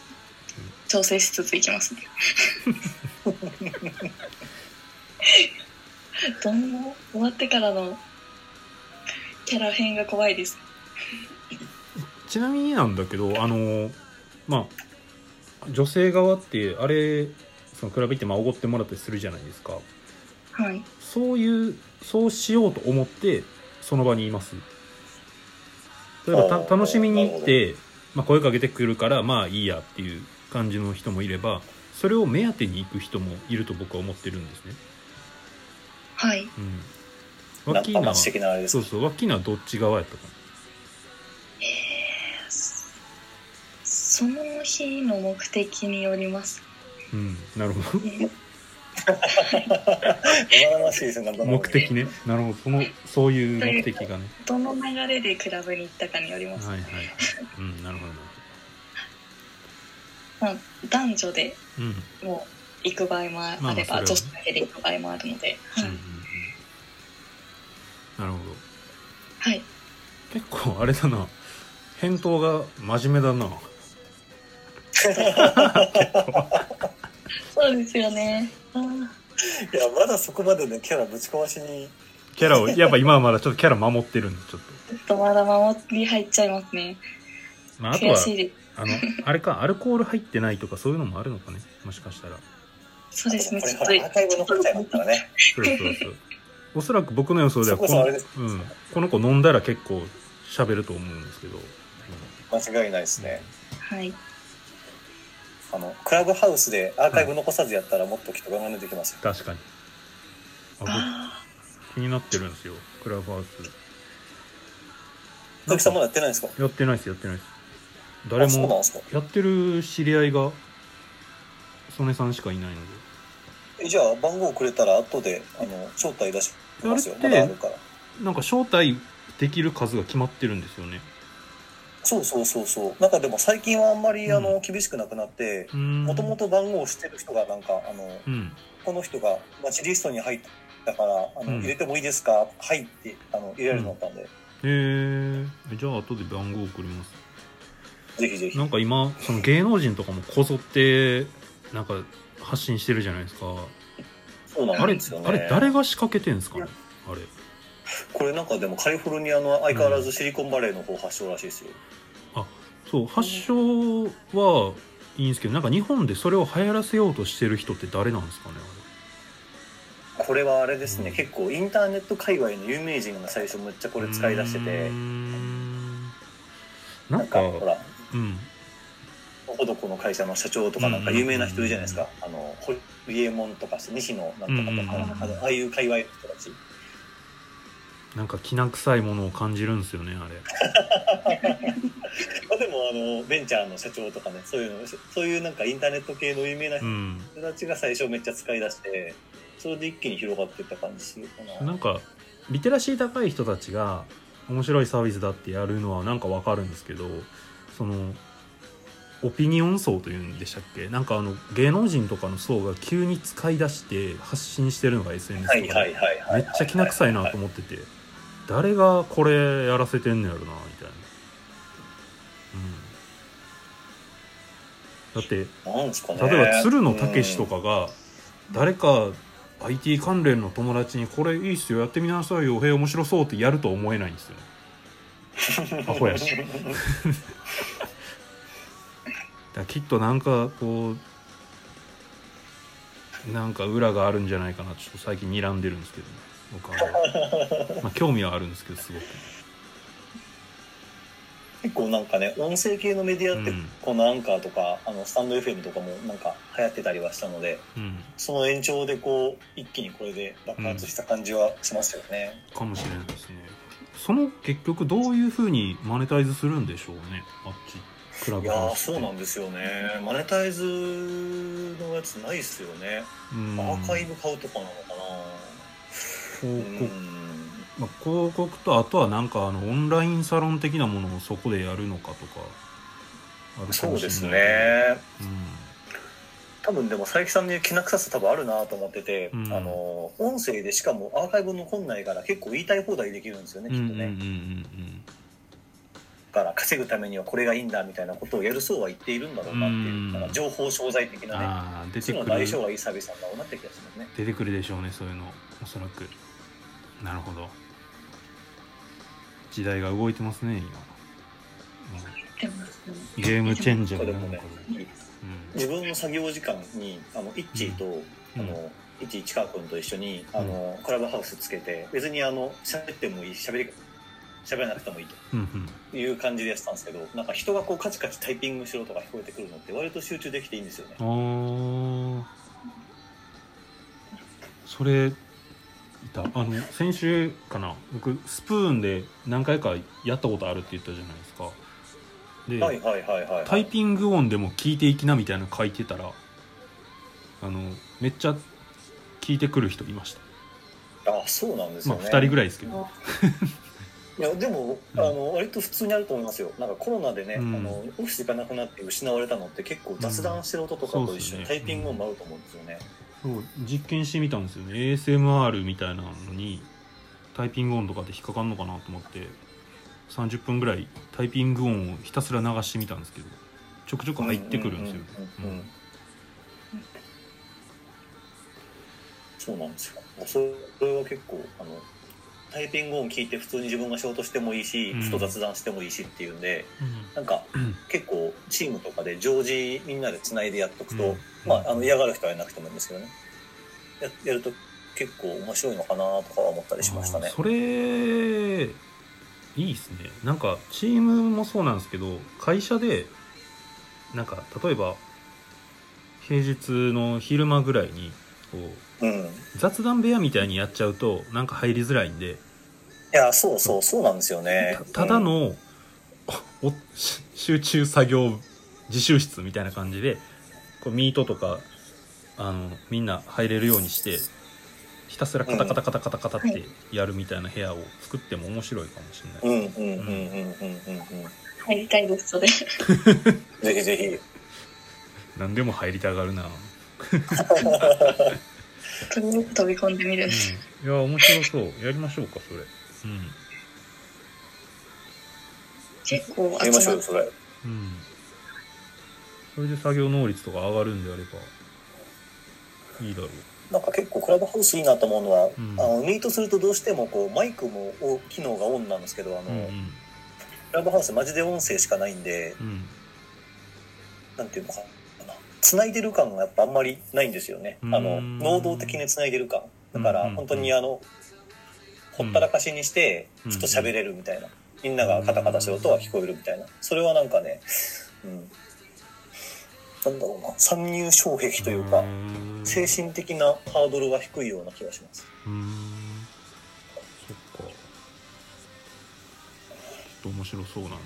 S3: 調整しつついき ますねどんな終わってからのキャラ編が怖いです
S1: うんちなみになんだけどあのまあ女性側ってあれその比べてまあおごってもらったりするじゃないですか
S3: はい
S1: そういうそうしようと思ってその場にいます例えば
S2: あ
S1: た
S2: ー
S1: 楽しみに行って、まあ、声かけてくるからまあいいやっていう感じの人もいればそれを目当てに行く人もいると僕は思ってるんですね
S3: はい
S1: うん。
S2: ナ
S1: ワキー
S2: ンパ
S1: ナ
S2: マ
S1: は
S2: ンチ的なあれです
S1: そう。そう、ワキーナはどっち側やったか
S3: その日の目的によります
S1: な。うん、なるほ
S3: ね
S2: 生々しいですね、ナンパ
S1: ど。
S2: マン
S1: 目的ね。なるほど、その、そういう目的がね。
S3: どの流れでクラブに行ったかによります、
S1: はいはい。うん、なるほど。
S3: まあ、男女で
S1: うん、うん、
S3: もう行く場合もあれば、
S1: まあまあそれはね
S3: 女子だけで行く場合もあるので、
S1: うん、うん。なるほど。
S3: はい
S1: 結構あれだな。返答が真面目だな。
S3: そうですよねあー
S2: いや、まだそこまでね、キャラぶち壊しに。
S1: キャラ を、やっぱ今はまだちょっとキャラ守ってるんで、ちょっと。
S3: ちょっとまだ守り入っちゃいますね
S1: まあ、あと
S3: 悔
S1: は、
S3: しいです
S1: あの、あれか、アルコール入ってないとか、そういうのもあるのかね。もしかしたら。
S3: そうですね
S2: これほ
S3: ちょ
S2: ら
S3: っと
S2: アーカイブ残っちゃいますからね。
S1: そうそうそう。おそらく僕の予想では
S2: そこそ
S1: の
S2: あれです
S1: うん、この子飲んだら結構喋ると思うんですけど。
S2: 間違いないですね。
S3: はい
S2: あの、クラブハウスでアーカイブ残さずやったらもっときっと我慢できますよ。
S1: 確かに。あ、
S3: あ
S1: 僕気になってるんですよ。クラブハウス。
S2: 鈴木さんま
S1: や
S2: だやってないんですか
S1: ってないです、やってないです。誰
S2: あ、そうなん
S1: も
S2: ですか
S1: やってる知り合いが、曽根さんしかいないので。
S2: えじゃあ番号くれたら後で、あの、招待出しますよ。
S1: あれ
S2: ま
S1: って
S2: だあるから。
S1: なんか招待できる数が決まってるんですよね。
S2: そうそうそうそう。なんかでも最近はあんまり、あの、厳しくなくなって、も
S1: も
S2: ともと番号をしてる人がなんか、あの、
S1: うん。
S2: この人がマッチリストに入ったから、あの、
S1: うん
S2: 入れてもいいですか入って、あの、入れられるようになったんで、
S1: へえ。じゃあ後で番号送ります。
S2: ぜひぜひ。
S1: なんか今その芸能人とかもこぞってなんか発信してるじゃないですか
S2: そうな
S1: あ
S2: ん
S1: れ、
S2: ですよね。
S1: あれ誰が仕掛けてんですかねあれ
S2: これなんかでもカリフォルニアの相変わらずシリコンバレーの方発祥らしいですよ。
S1: そう発祥はいいんですけどなんか日本でそれを流行らせようとしてる人って誰なんですかね
S2: これはあれですね、
S1: うん
S2: 結構インターネット界隈の有名人が最初むっちゃこ
S1: あれ
S2: れ使い出してて
S1: うー、んな
S2: なん
S1: ん
S2: か
S1: か
S2: ほら、
S1: うん
S2: どこどこの会社の社長とかなんか有名な人いるじゃないですか。あの、ホリエモンとか西野なんとかと
S1: う
S2: か、
S1: ん
S2: あのああいう界隈の人たち。
S1: なんかきな臭いものを感じるんですよねあれ
S2: まあ、 でもあのベンチャーの社長とかねそういうのそういうなんかインターネット系の有名な
S1: う
S2: 人
S1: ん
S2: たちが最初めっちゃ使い出してそれで一気に広がっていった感じするかな
S1: なんかリテラシー高い人たちが面白いサービスだってやるのはなんかわかるんですけどそのオピニオン層というんでしたっけなんかあの芸能人とかの層が急に使い出して発信してるのが SNS とか
S2: は
S1: で
S2: いはいはいは
S1: め
S2: い
S1: っちゃきな臭いなと思ってて誰がこれやらせてんのやろなみたいな、うん、だって
S2: なんですかね
S1: 例えば鶴野武とかが誰か IT 関連の友達に「これいいっすよやってみなさいよへえ面白そう」ってやるとは思えないんです よアホ やしだからきっとなんかこうなんか裏があるんじゃないかなちょっと最近睨んでるんですけどね僕は、 まあ、興味はあるんですけどすごく
S2: 結構なんかね音声系のメディアって、
S1: うん
S2: このアンカーとかあのスタンド FM とかもなんか流行ってたりはしたので
S1: うん
S2: その延長でこう一気にこれで爆発した感じはしますよね、
S1: かもしれないですねその結局どういうふうにマネタイズするんでしょうねあっちクラ
S2: い
S1: ブ
S2: や
S1: ハ
S2: ー
S1: ウス
S2: そうなんですよねマネタイズのやつないっすよね
S1: うん
S2: アーカイブ買うとかなのかなう
S1: 広告
S2: ん
S1: まあ、広告とあとはなんかあのオンラインサロン的なものをそこでやるのかとかあるか
S2: そう
S1: もし
S2: です
S1: れない
S2: ね
S1: けど、
S2: 多分でも佐伯さんにきな臭さ多分あるなと思ってて、
S1: うん
S2: あの音声でしかもアーカイブ残んないから結構言いたい放題できるんですよね
S1: うん、
S2: き
S1: う
S2: っ
S1: ん
S2: と
S1: うん
S2: ね、
S1: うん
S2: だから稼ぐためにはこれがいいんだみたいなことをやる層は言っているんだろうなっていう、
S1: うん
S2: なんか情報商材的
S1: うん
S2: なね
S1: ああ出
S2: そ
S1: て
S2: ういう
S1: く
S2: のが相性
S1: る
S2: がいいサービスなんだろうなって気がしますね
S1: 出てくるでしょうねそういうのおそらくなるほど時代が動いてますね今、
S3: でもその
S1: うんゲームチェンジャ
S2: これ
S1: ー
S2: も
S1: なん
S2: ね
S1: か
S2: 自分の作業時間にあのイッチーと、
S1: うん
S2: あのイッチー市川君と一緒にあの、クラブハウスつけて別にあの喋ってもいいし喋り喋らなくてもいいと
S1: うんうん
S2: いう感じでやってたんですけどなんか人がこうカチカチタイピングしろとか聞こえてくるのって割と集中できていいんですよね
S1: うんああそれいたあの先週かな僕スプーンで何回かやったことあるって言ったじゃないですかで、
S2: はいはいはいはい、はい、
S1: タイピング音でも聞いていきなみたいなの書いてたらあのめっちゃ聞いてくる人いました、
S2: あそうなんです
S1: ま
S2: よ
S1: あ
S2: ね、
S1: 2人ぐらいですけど
S2: いやでも、
S1: うん
S2: あの割と普通にあると思いますよなんかコロナでね、
S1: うん
S2: あのオフィス行かなくなって失われたのって結構雑談してる音とか
S1: うん
S2: と
S1: そうっ
S2: 一
S1: す
S2: 緒
S1: よね
S2: にタイピング音もあると思うんですよね、
S1: そう実験してみたんですよね ASMR みたいなのにタイピング音とかで引っかかんのかなと思って30分ぐらいタイピング音をひたすら流してみたんですけどちょくちょく入ってくるんですよね
S2: うんうんうんうんそうなんですよそれは結構あのタイピング音聞いて普通に自分が仕事してもいいし、
S1: うん
S2: ちょっと雑談してもいいしっていうんで
S1: うん
S2: なんか
S1: うん
S2: 結構チームとかで常時みんなでつないでやっとくと、
S1: うん
S2: まああの嫌がる人はいなくてもいいんですけどねややると結構面白いのかなとかは思ったりしました
S1: あ
S2: ね
S1: ーそれいいですねなんかチームもそうなんですけど会社でなんか例えば平日の昼間ぐらいにこう
S2: うんい
S1: 雑談部屋みたいにやっちゃうとなんか入りづらいんで
S2: やそうそうそうなんですよね
S1: たただの、おおし集中作業自習室みたいな感じでこうミートとかあのみんな入れるようにしてひたすらカタカタカタカタカタっ
S3: は
S1: て
S3: い
S1: やるみたいな部屋を作っても面白いかもしれない
S2: うんうんうんうんうんうんう
S3: 入りたいですそれ
S2: んぜひぜひ
S1: 何でも入りたがるな、
S3: とりあえず飛び込んでみる
S1: いや面白そうやりましょうかそれう
S3: 結構
S2: やりまし
S3: 集
S2: ょう
S3: ま
S2: よ
S3: っ
S2: それ
S1: んうんそれで作業能率とか上がるんであればいいだろう
S2: なんか結構クラブハウスいいなと思うのは、
S1: うん
S2: あのミートするとどうしてもこうマイクもお機能がオンなんですけどあの、
S1: うん
S2: クラブハウスマジで音声しかないんで
S1: うん
S2: なんていうのかな繋いでる感がやっぱあんまりないんですよねあ
S1: うん
S2: の能動的に繋いでる感だか
S1: うんうん
S2: ら
S1: うん
S2: 本当にあの、ほったらかしにして
S1: うん
S2: ふと喋れるみたいな、みんながカタカタする音は聞こえるみたいなそれはなんかねうんなんだろうな参入障壁というか、
S1: ん
S2: 精神的なハードルが低いような気がします
S1: うーんそっかと面白そうなんで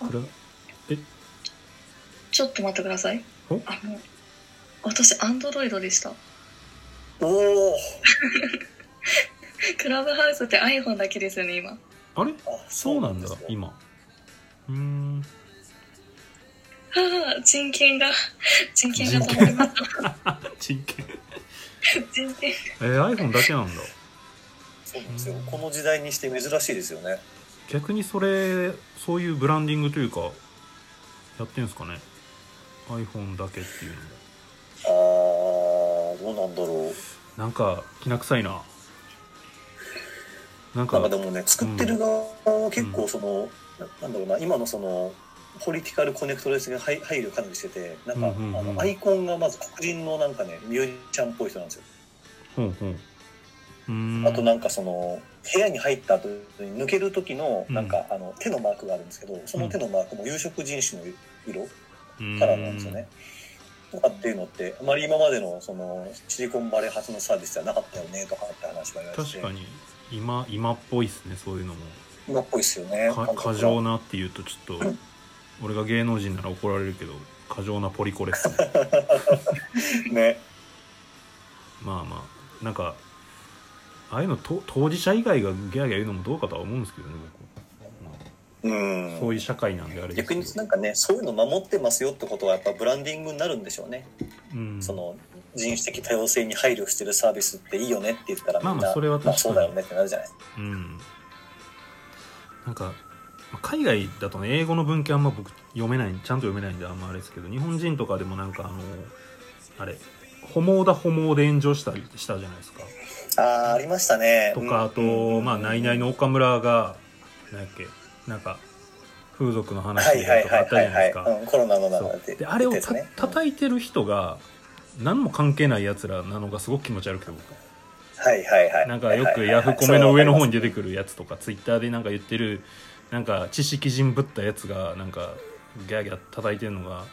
S1: これは
S3: ちょっと待ってください
S1: お
S3: あの私アンドロイドでした
S2: おお
S3: クラブハウスって iPhone だけですよね今
S1: あれ
S2: あ
S1: そうなんだ
S2: ですね
S1: 今うーん
S3: はあ人権が人権が止まりました
S1: 人権
S3: 人権
S1: えー、iPhone だけなんだ
S2: そうなんですよこの時代にして珍しいですよね
S1: 逆にそれそういうブランディングというかやってんすかね iPhone だけっていうのも
S2: あーどうなんだろう
S1: なんかきな臭いななんか
S2: なんかでもね作ってる側は結構その、ななんだろうな今のそのポリティカルコネクトレスに配配慮かなりしててなんか、
S1: うんうんうん
S2: あのアイコンがまず黒人のなんかねミュージシャンっぽい人なんですよ、
S1: ほうほううーん
S2: あとなんかその部屋に入った後に抜ける時のなんか、あの手のマークがあるんですけどその手のマークも有色人種の色カラーなんですよね、とかっていうのってあまり今までのそのシリコンバレー発のサービスじゃなかったよねとかって話が言
S1: う
S2: わ
S1: ーん
S2: れてて
S1: 確かに今今っぽいっすねそういうのも
S2: 今っぽいですよね
S1: か過剰なっていうとちょっと俺が芸能人なら怒られるけど過剰なポリコレっすね
S2: ね
S1: まあまあなんかああいうのと当事者以外がギャーギャー言うのもどうかとは思うんですけどね僕、まあ
S2: うん
S1: そういう社会なんであれです
S2: 逆
S1: けど
S2: になんかねそういうの守ってますよってことはやっぱブランディングになるんでしょうね、
S1: うん
S2: その人種的多様性に配慮してるサービスっていいよねって言ったらみん
S1: まあ
S2: な、
S1: まあそれは確かに
S2: まあそうだよねってなるじゃない
S1: うんなんかまあ海外だとね英語の文献あんま僕読めないちゃんと読めないんであんまあれですけど日本人とかでもなんかあのあれ「ホモだホモで炎上したりしたじゃないですか
S2: ああありましたね
S1: とかあとまあ「ナイナイ」の岡村が何やっけなんか風俗の
S2: は
S1: 話
S2: いはい
S1: とか
S2: は
S1: あ
S2: い
S1: ったじ
S2: は
S1: ゃ
S2: い
S1: ないです
S2: は
S1: か
S2: い、うん、コロナの
S1: そ
S2: 中
S1: う
S2: で
S1: であれを
S2: 出
S1: た
S2: たやつね
S1: 叩いてる人が何も関係ないやつらなのがすごく気持ち悪くて僕
S2: はいはいはい
S1: なんかよくヤフコメの上の方に出てくるやつとかツイッターでなんか言ってるなんか知識人ぶったやつがなんかギャーギャー叩いてるのが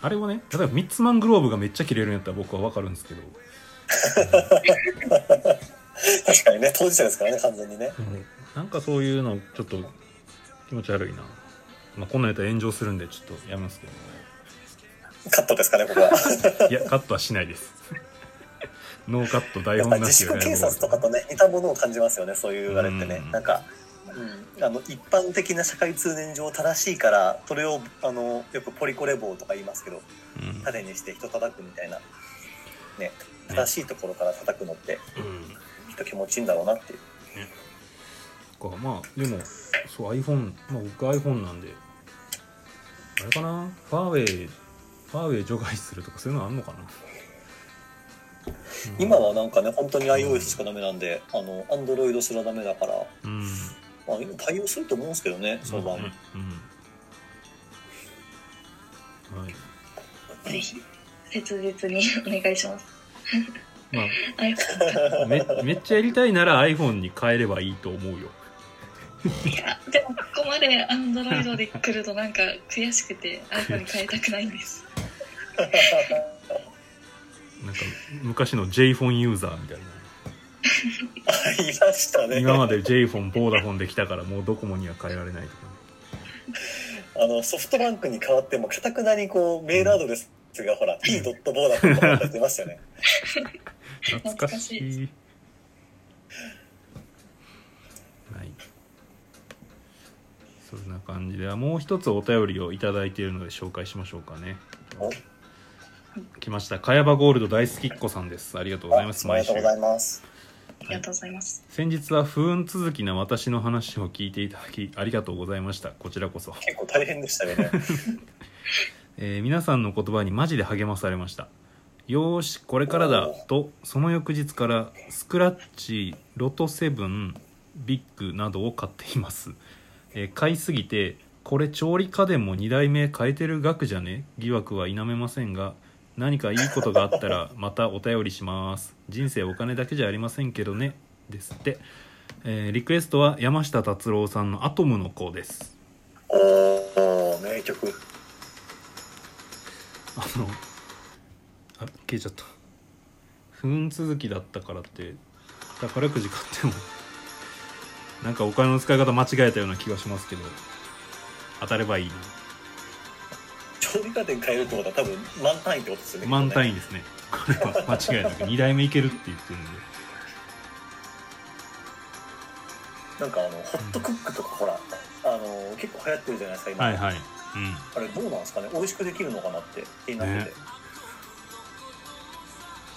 S1: あれをね例えばミッツマングローブがめっちゃ切れるんやったら僕は分かるんですけど、
S2: 確かにね当事者ですからね完全にね
S1: なんかそういうのちょっと気持ち悪いな、まあ、こんなんやったら炎上するんでちょっとやめますけど、
S2: カットですかねここは
S1: いやカットはしないです ノーカット台
S2: やっ
S1: 本
S2: ぱ
S1: な
S2: 自
S1: し
S2: 粛警察とかとね似たものを感じますよねそういうあれってね
S1: うん
S2: なんか、うん、あの一般的な社会通念上正しいからそれをあのよくポリコレ棒とか言いますけど
S1: うん
S2: 種にして人叩くみたいなね正しいところから叩くのって
S1: うん
S2: きっと気持ちいいんだろうなっていう
S1: かまあでもそう iPhone まあ僕 iPhone なんであれかなファーウェイファーウェイ除外するとかそういうのあんのかな、うん
S2: 今はなんかね本当に iOS しかダメなんであの Android すらダメだから、
S1: うん
S2: まあ、対応すると思うんですけどねその場合、
S1: うん、うんはい
S3: ぜひ切実にお願いします
S1: ま
S3: iPhone
S1: あめめっちゃやりたいなら iPhone に変えればいいと思うよ
S3: いやでもここまでアンドロイドで来るとなんか悔しくて iPhone に変えたくないんです
S1: なんか昔の J フォンユーザーみたいな
S2: ありましたね
S1: 今まで J フォンボーダフォンできたからもうドコモには変えられないとか、
S2: あのソフトバンクに変わってもかたくなにこうメールアドレスがほら t ドットボーダーとか 出ましたよね
S1: 懐かしい
S3: 懐
S1: はいそんな感じでもう一つお便りをいただいているので紹介しましょうかね
S2: お
S1: 来ました茅場ゴールド大好きっ子さんですありがとうございます
S2: あり
S1: 毎週
S2: がとうございます
S3: ありがとうございます、
S1: 先日は不運続きな私の話を聞いていただきありがとうございましたこちらこそ
S2: 結構大変でしたよね
S1: えー皆さんの言葉にマジで励まされましたよーしこれからだ
S2: おー
S1: とその翌日からスクラッチロトセブンビッグなどを買っています、えー買いすぎてこれ調理家電も2代目変えてる額じゃね疑惑は否めませんが何かいいことがあった らまたお便りします人生お金だけじゃありませんけどねですって、えーリクエストは山下達郎さんの「アトムの子」です
S2: おお名曲
S1: あのあ消えちゃった不運続きだったからって宝くじ買ってもなんかお金の使い方間違えたような気がしますけど当たればいいな
S2: 調理家電変えるってことは多分満単位ってことですよね
S1: 満単
S2: 位
S1: 位ですねこれは間違いなく2代目いけるって言ってるんで
S2: なんかあのホットクックとかほら、あの結構流行ってるじゃないですか今、
S1: はいはい
S2: あれどうなんですかね美味しくできるのかなって気になってて、
S1: ね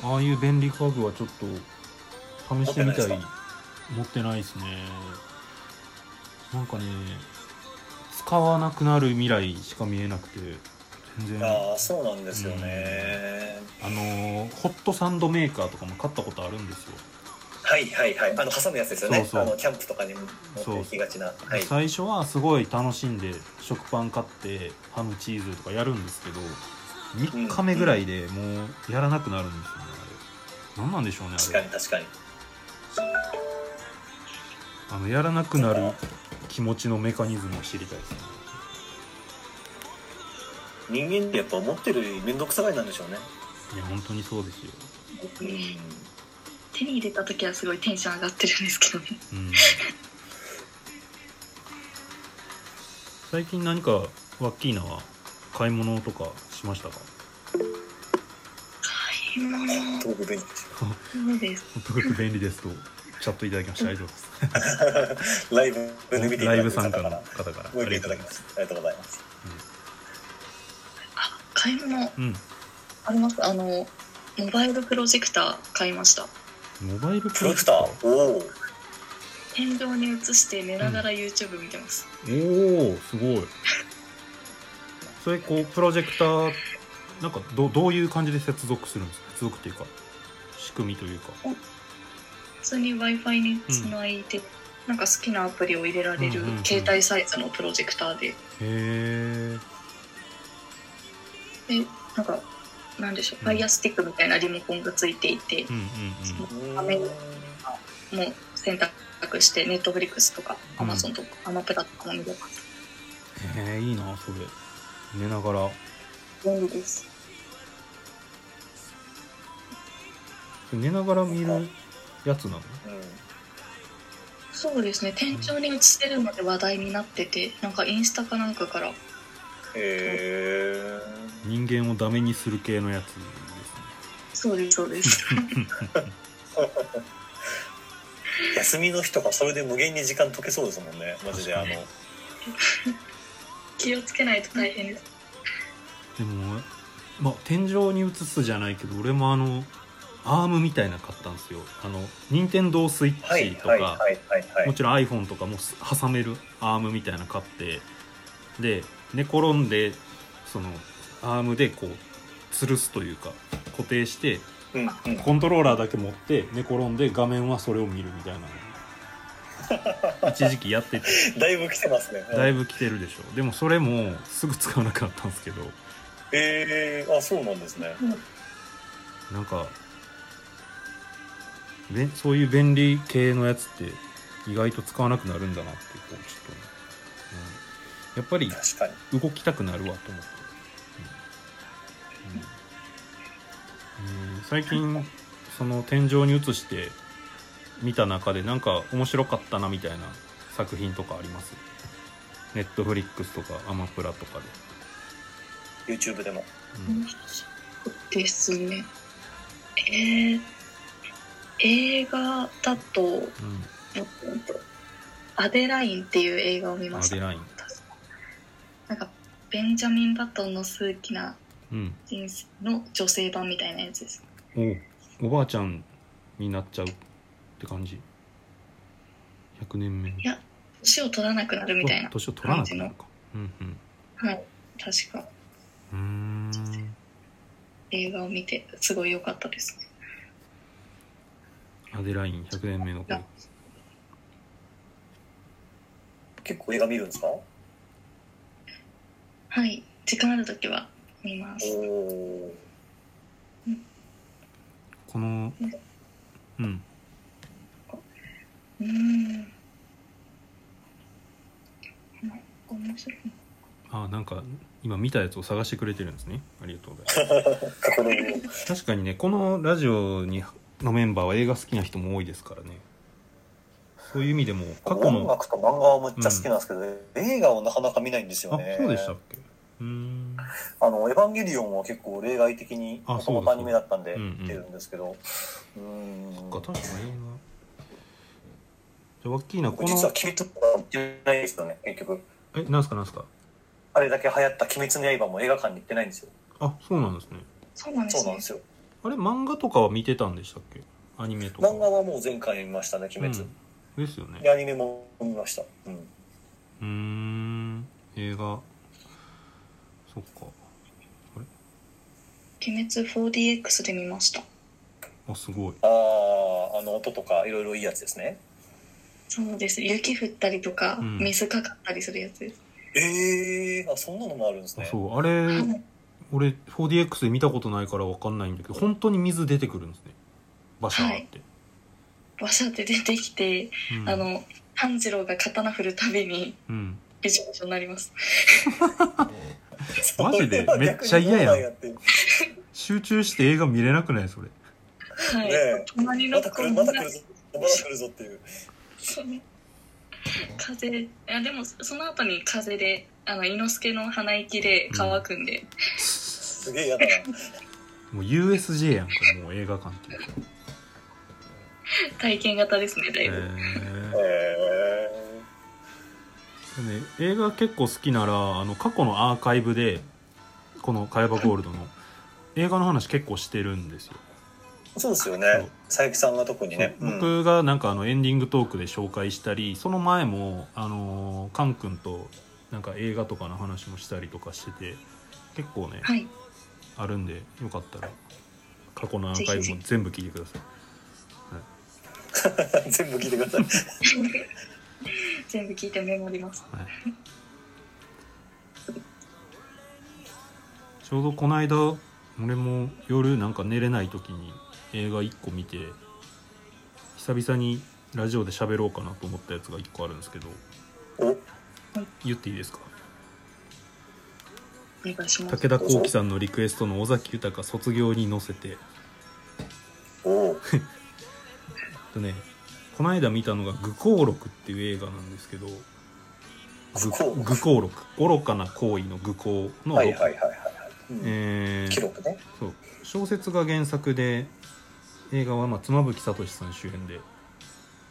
S1: うんああいう便利家具はちょっと試してみたい
S2: 持ってないです
S1: 持ってないですねなんかね使わなくなる未来しか見えなくて全然
S2: ああそうなんですよね、
S1: あのーホットサンドメーカーとかも買ったことあるんですよ、
S2: はいはいはいあの挟むやつですよね
S1: そうそう
S2: あのキャンプとかにも持っていきがちなはい
S1: 最初はすごい楽しんで食パン買ってハムチーズとかやるんですけど3日目ぐらいでもうやらなくなるんですよねあれ何なんでしょうね
S2: 確
S1: あ
S2: かに
S1: れ
S2: 確かに
S1: あのやらなくなる気持ちのメカニズムを知りたいですね
S2: 人間ってやっぱ思ってるより面倒くさがりなんでしょうね
S1: いや本当にそうですよ
S2: うん
S3: 手に入れた時はすごいテンション上がってるんですけどね
S1: うん 最近何かワッキーナは買い物とかしましたか
S3: 買い物
S2: すごく便利です
S3: そうです
S1: 本当に便利ですとチャットいただきましてありがとうございます
S2: よライブで見ていた
S1: ライ
S2: だ
S1: ブ
S2: く
S1: 参
S2: 方
S1: 加の
S2: から
S1: 方から
S2: ご意見いただきましたありがとうございます
S3: あ買い物
S1: うん
S3: ありますあのモバイルプロジェクター買いました
S1: モバイル
S2: プロジェクターおお
S3: 天井に映して寝ながら YouTube 見てます、
S1: おおすごいそれこうプロジェクターなんかどどういう感じで接続するんですか接続っていうか仕組みというか
S3: 普通に w i f i につないで、なんか好きなアプリを入れられる
S1: うんうんうん
S3: 携帯サイズのプロジェクターで、
S1: へえ
S3: でなんかなんでしょ
S1: う
S3: うんファイヤースティックみたいなリモコンがついていて
S1: うんうん
S2: うん
S3: 画面もう選択してネットフリックスとか
S1: う
S3: ア
S1: ん
S3: マゾンとか、アマプラとかも見れます
S1: うんへえいいなそれ寝ながら
S3: 便利です
S1: 寝ながら見るやつなの
S2: う
S3: そうですね天井に映せるので話題になっててなんかインスタかなんかから
S2: んへえ
S1: 人間をダメにする系のやつで
S3: そうですそうです
S2: 休みの日とかそれで無限に時間解けそうですもんねマジであ
S1: 確か
S2: の
S1: に
S3: 気をつけないと大変です
S1: すねでもまあ天井に映すじゃないけど俺もあのアームみたいなの買ったんですよあの任天堂スイ
S2: は
S1: ッ
S2: い
S1: チとか、
S2: はいはいはいは
S1: も
S2: い
S1: ちろん iPhone とかも挟めるアームみたいなの買ってで寝転んでそのアームでこう吊るすというか固定して
S2: うんうん
S1: コントローラーだけ持って寝転んで画面はそれを見るみたい な一時期やってて
S2: だいぶ来てますね
S1: だいぶ来てるでしょでもそれもすぐ使わなくなったんですけど
S2: えー、あそうなんですね
S1: なんかべそういう便利系のやつって意外と使わなくなるんだなってこうちょっとね、うん、やっぱり
S2: 確かに
S1: 動きたくなるわと思って、うんうんうん最近その天井に移して見た中でなんか面白かったなみたいな作品とかありますネットフリックスとかアマプラとかで、
S2: YouTube でも
S1: うん
S3: ですねえー、映画だとアデラインっていう映画を見
S1: うん、
S3: ま
S1: ア
S3: し
S1: デ
S3: た
S1: ライン、
S3: なんかベンジャミン・バトンの数奇な
S1: うん、
S3: 人生の女性版みたいなやつです
S1: おおばあちゃんになっちゃうって感じ100年目
S3: や年を取らなくなるみたいな
S1: あ年を取らなくなるかうんうん
S3: はい確か
S1: うーん
S3: 映画を見てすごい良かったですね
S1: アデライン100年目の子
S3: あ
S2: 結構映画見るんですか
S3: はい時間ある時は見ます
S2: おー
S1: このうん
S3: うん面白い
S1: あなんか今見たやつを探してくれてるんですねありがとうござい
S2: 心に
S1: ます確かにねこのラジオにのメンバーは映画好きな人も多いですからねそういう意味でも過去
S2: 音
S1: の
S2: 楽と漫画はむっちゃ好きなんですけど、映画をなかなか見ないんですよ
S1: あ
S2: ね。
S1: そうでしたっけうーん
S2: あの、エヴァンゲリオンは結構例外的に、
S1: あ
S2: も
S1: そうです
S2: ともとアニメだったんで、
S1: うんうん
S2: 見てるんですけど、うーん。
S1: そっか確かに映画じゃあワッキーナこ
S2: 僕実は
S1: の
S2: 鬼滅とか見てないですよね、結局。
S1: えなんすかなんすか
S2: あれだけ流行った鬼滅の刃も映画館に行ってないんですよ。
S1: あそうなんですね
S3: そうなんで
S2: そう
S3: す
S2: なん
S3: ね
S2: ですよ。
S1: あれ漫画とかは見てたんでしたっけアニメとか
S2: 漫画はもう前回見ましたね、鬼滅。
S1: うん、ですよね
S2: で、アニメも見ました。うん。
S1: うーん映画そっか
S3: 鬼滅 4DX で見ました
S1: あすごい
S2: ああ、あの音とかいろいろいいやつですね。
S3: そうです雪降ったりとか、
S1: うん
S3: 水かかったりするやつです、
S2: ええー、あ、そんなのもあるんです
S1: あ
S2: ね。
S1: そうあれ
S3: はい
S1: 俺 4DX で見たことないから分かんないんだけど本当に水出てくるんですねバシャーって、
S3: バシャって出てきて、
S1: うん、
S3: あの炭治郎が刀振るたびに
S1: うん
S3: びしょびしょになります
S1: マジでめっちゃ嫌やん
S2: ん。
S1: 集中して映画見れなくないそれ
S3: はい、
S2: ねえ
S3: 隣の
S2: また来
S3: 子
S2: る、
S3: が
S2: また来るぞ、また来るぞっていう。
S3: 風邪いやでもその後に風邪であの猪之助の鼻息で乾くんで、
S2: すげえ嫌だな。
S1: もう USJ やんかもう映画館っていうか
S3: 体験型ですねだ
S1: へ
S3: いぶ、
S1: ー
S2: ええ
S1: でね映画結構好きならあの過去のアーカイブでこの「カヤバゴールド」の映画の話結構してるんですよ
S2: そうですよ
S1: そう
S2: ね。佐伯さんが特にね。うん
S1: 僕がなんかあのエンディングトークで紹介したりその前もあのカン君となんか映画とかの話もしたりとかしてて結構ね
S3: はい
S1: あるんでよかったら過去のアーカイブも全部聞いてください
S2: 全部聞いてください。
S3: 全部聞いてメモります
S1: はい、ちょうどこの間俺も夜なんか寝れない時に映画1個見て久々にラジオで喋ろうかなと思ったやつが1個あるんですけど
S2: お、
S1: 言っていいですか
S3: お願いします
S1: 武田浩樹さんのリクエストの尾崎豊卒業に乗せて
S2: お、
S1: とねこの間見たのが「愚行録」っていう映画なんですけど愚
S2: 愚行録
S1: 愚行録愚かな行為の愚行の録、
S2: はいはいはいはいはいうん。
S1: えー
S2: 記録ね。
S1: そう小説が原作で映画はまあ妻夫木聡さん主演で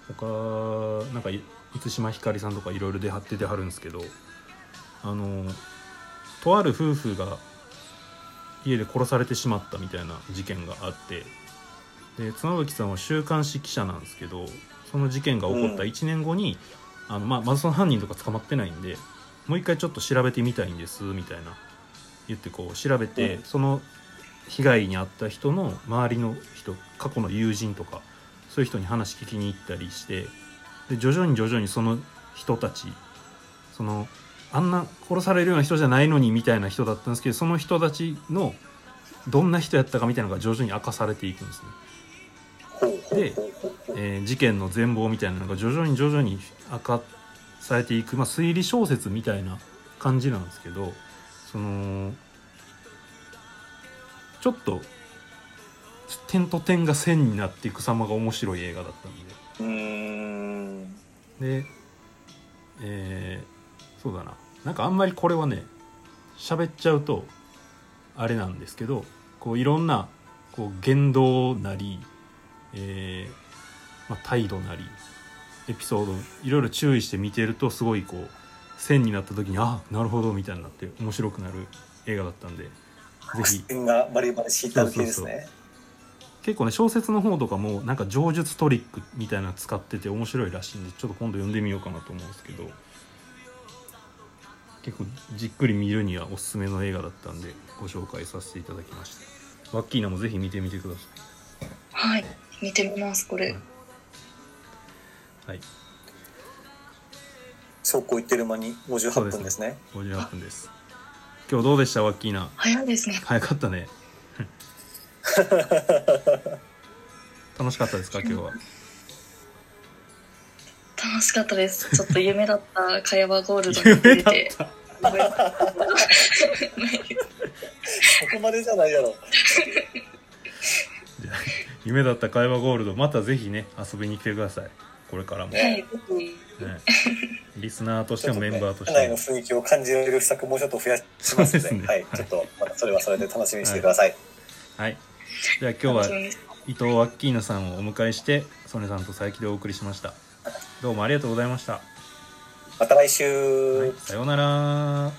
S1: 他なんかい満島ひかりさんとかいろいろ出はって出はるんですけどあのとある夫婦が家で殺されてしまったみたいな事件があってで妻夫木さんは週刊誌記者なんですけどその事件が起こった
S2: うん
S1: 1年後に、あのまあ、まずその犯人とか捕まってないんでもう一回ちょっと調べてみたいんですみたいな言ってこう調べて、
S2: うん
S1: その被害に遭った人の周りの人過去の友人とかそういう人に話聞きに行ったりしてで徐々に徐々にその人たちそのあんな殺されるような人じゃないのにみたいな人だったんですけどその人たちのどんな人やったかみたいなのが徐々に明かされていくんですね。
S2: ほうほうほうほうほう。
S1: えー事件の全貌みたいなのが徐々に徐々に明かされていく、まあ、推理小説みたいな感じなんですけどそのちょっと点と点が線になっていく様が面白い映画だったんで
S2: うーん。
S1: で、えーそうだななんかあんまりこれはね喋っちゃうとあれなんですけどこういろんなこう言動なり、えーまあ、態度なりエピソードいろいろ注意して見てるとすごいこう線になった時にあなるほどみたいになって面白くなる映画だったんでぜひ
S2: 視点がバリバリ敷いてある系ですね。
S1: 結構ね小説の方とかもなんか上術トリックみたいなの使ってて面白いらしいんでちょっと今度読んでみようかなと思うんですけど結構じっくり見るにはおすすめの映画だったんでご紹介させていただきましたワッキーナもぜひ見てみてくださ
S3: はい見てみますこれ、
S1: いはい
S2: そうこう言ってる間に58分ですね。
S1: 58分です今日どうでしたワッキーナ
S3: 早いですね
S1: 早かったね楽しかったですか今日は
S3: 楽しかったで すちょっと夢だったかやばゴールドに触
S1: 夢
S3: れ
S1: だってた
S3: 覚えてないです
S2: そこまでじゃないやろ。
S1: 夢だった会話ゴールドまたぜひね遊びに来てくださいこれからも、
S2: ね
S1: ね、
S3: はい、ぜひ
S1: リスナーとしてもメンバーと
S2: 社
S1: し
S2: 内
S1: て
S2: の
S1: も
S2: 雰囲気を感じられる施策もうちょっと増やします
S1: そ
S2: の
S1: う
S2: で、
S1: ですね
S2: はい、ちょっとまたそれはそれで楽しみにしてください。
S1: はいじゃあ今日は
S3: 楽しみにし
S1: 伊藤アッキーナさんをお迎えして曽根さんと佐伯でお送りしましたどうもありがとうございました、
S2: また来週。
S1: はい、さようなら
S3: ま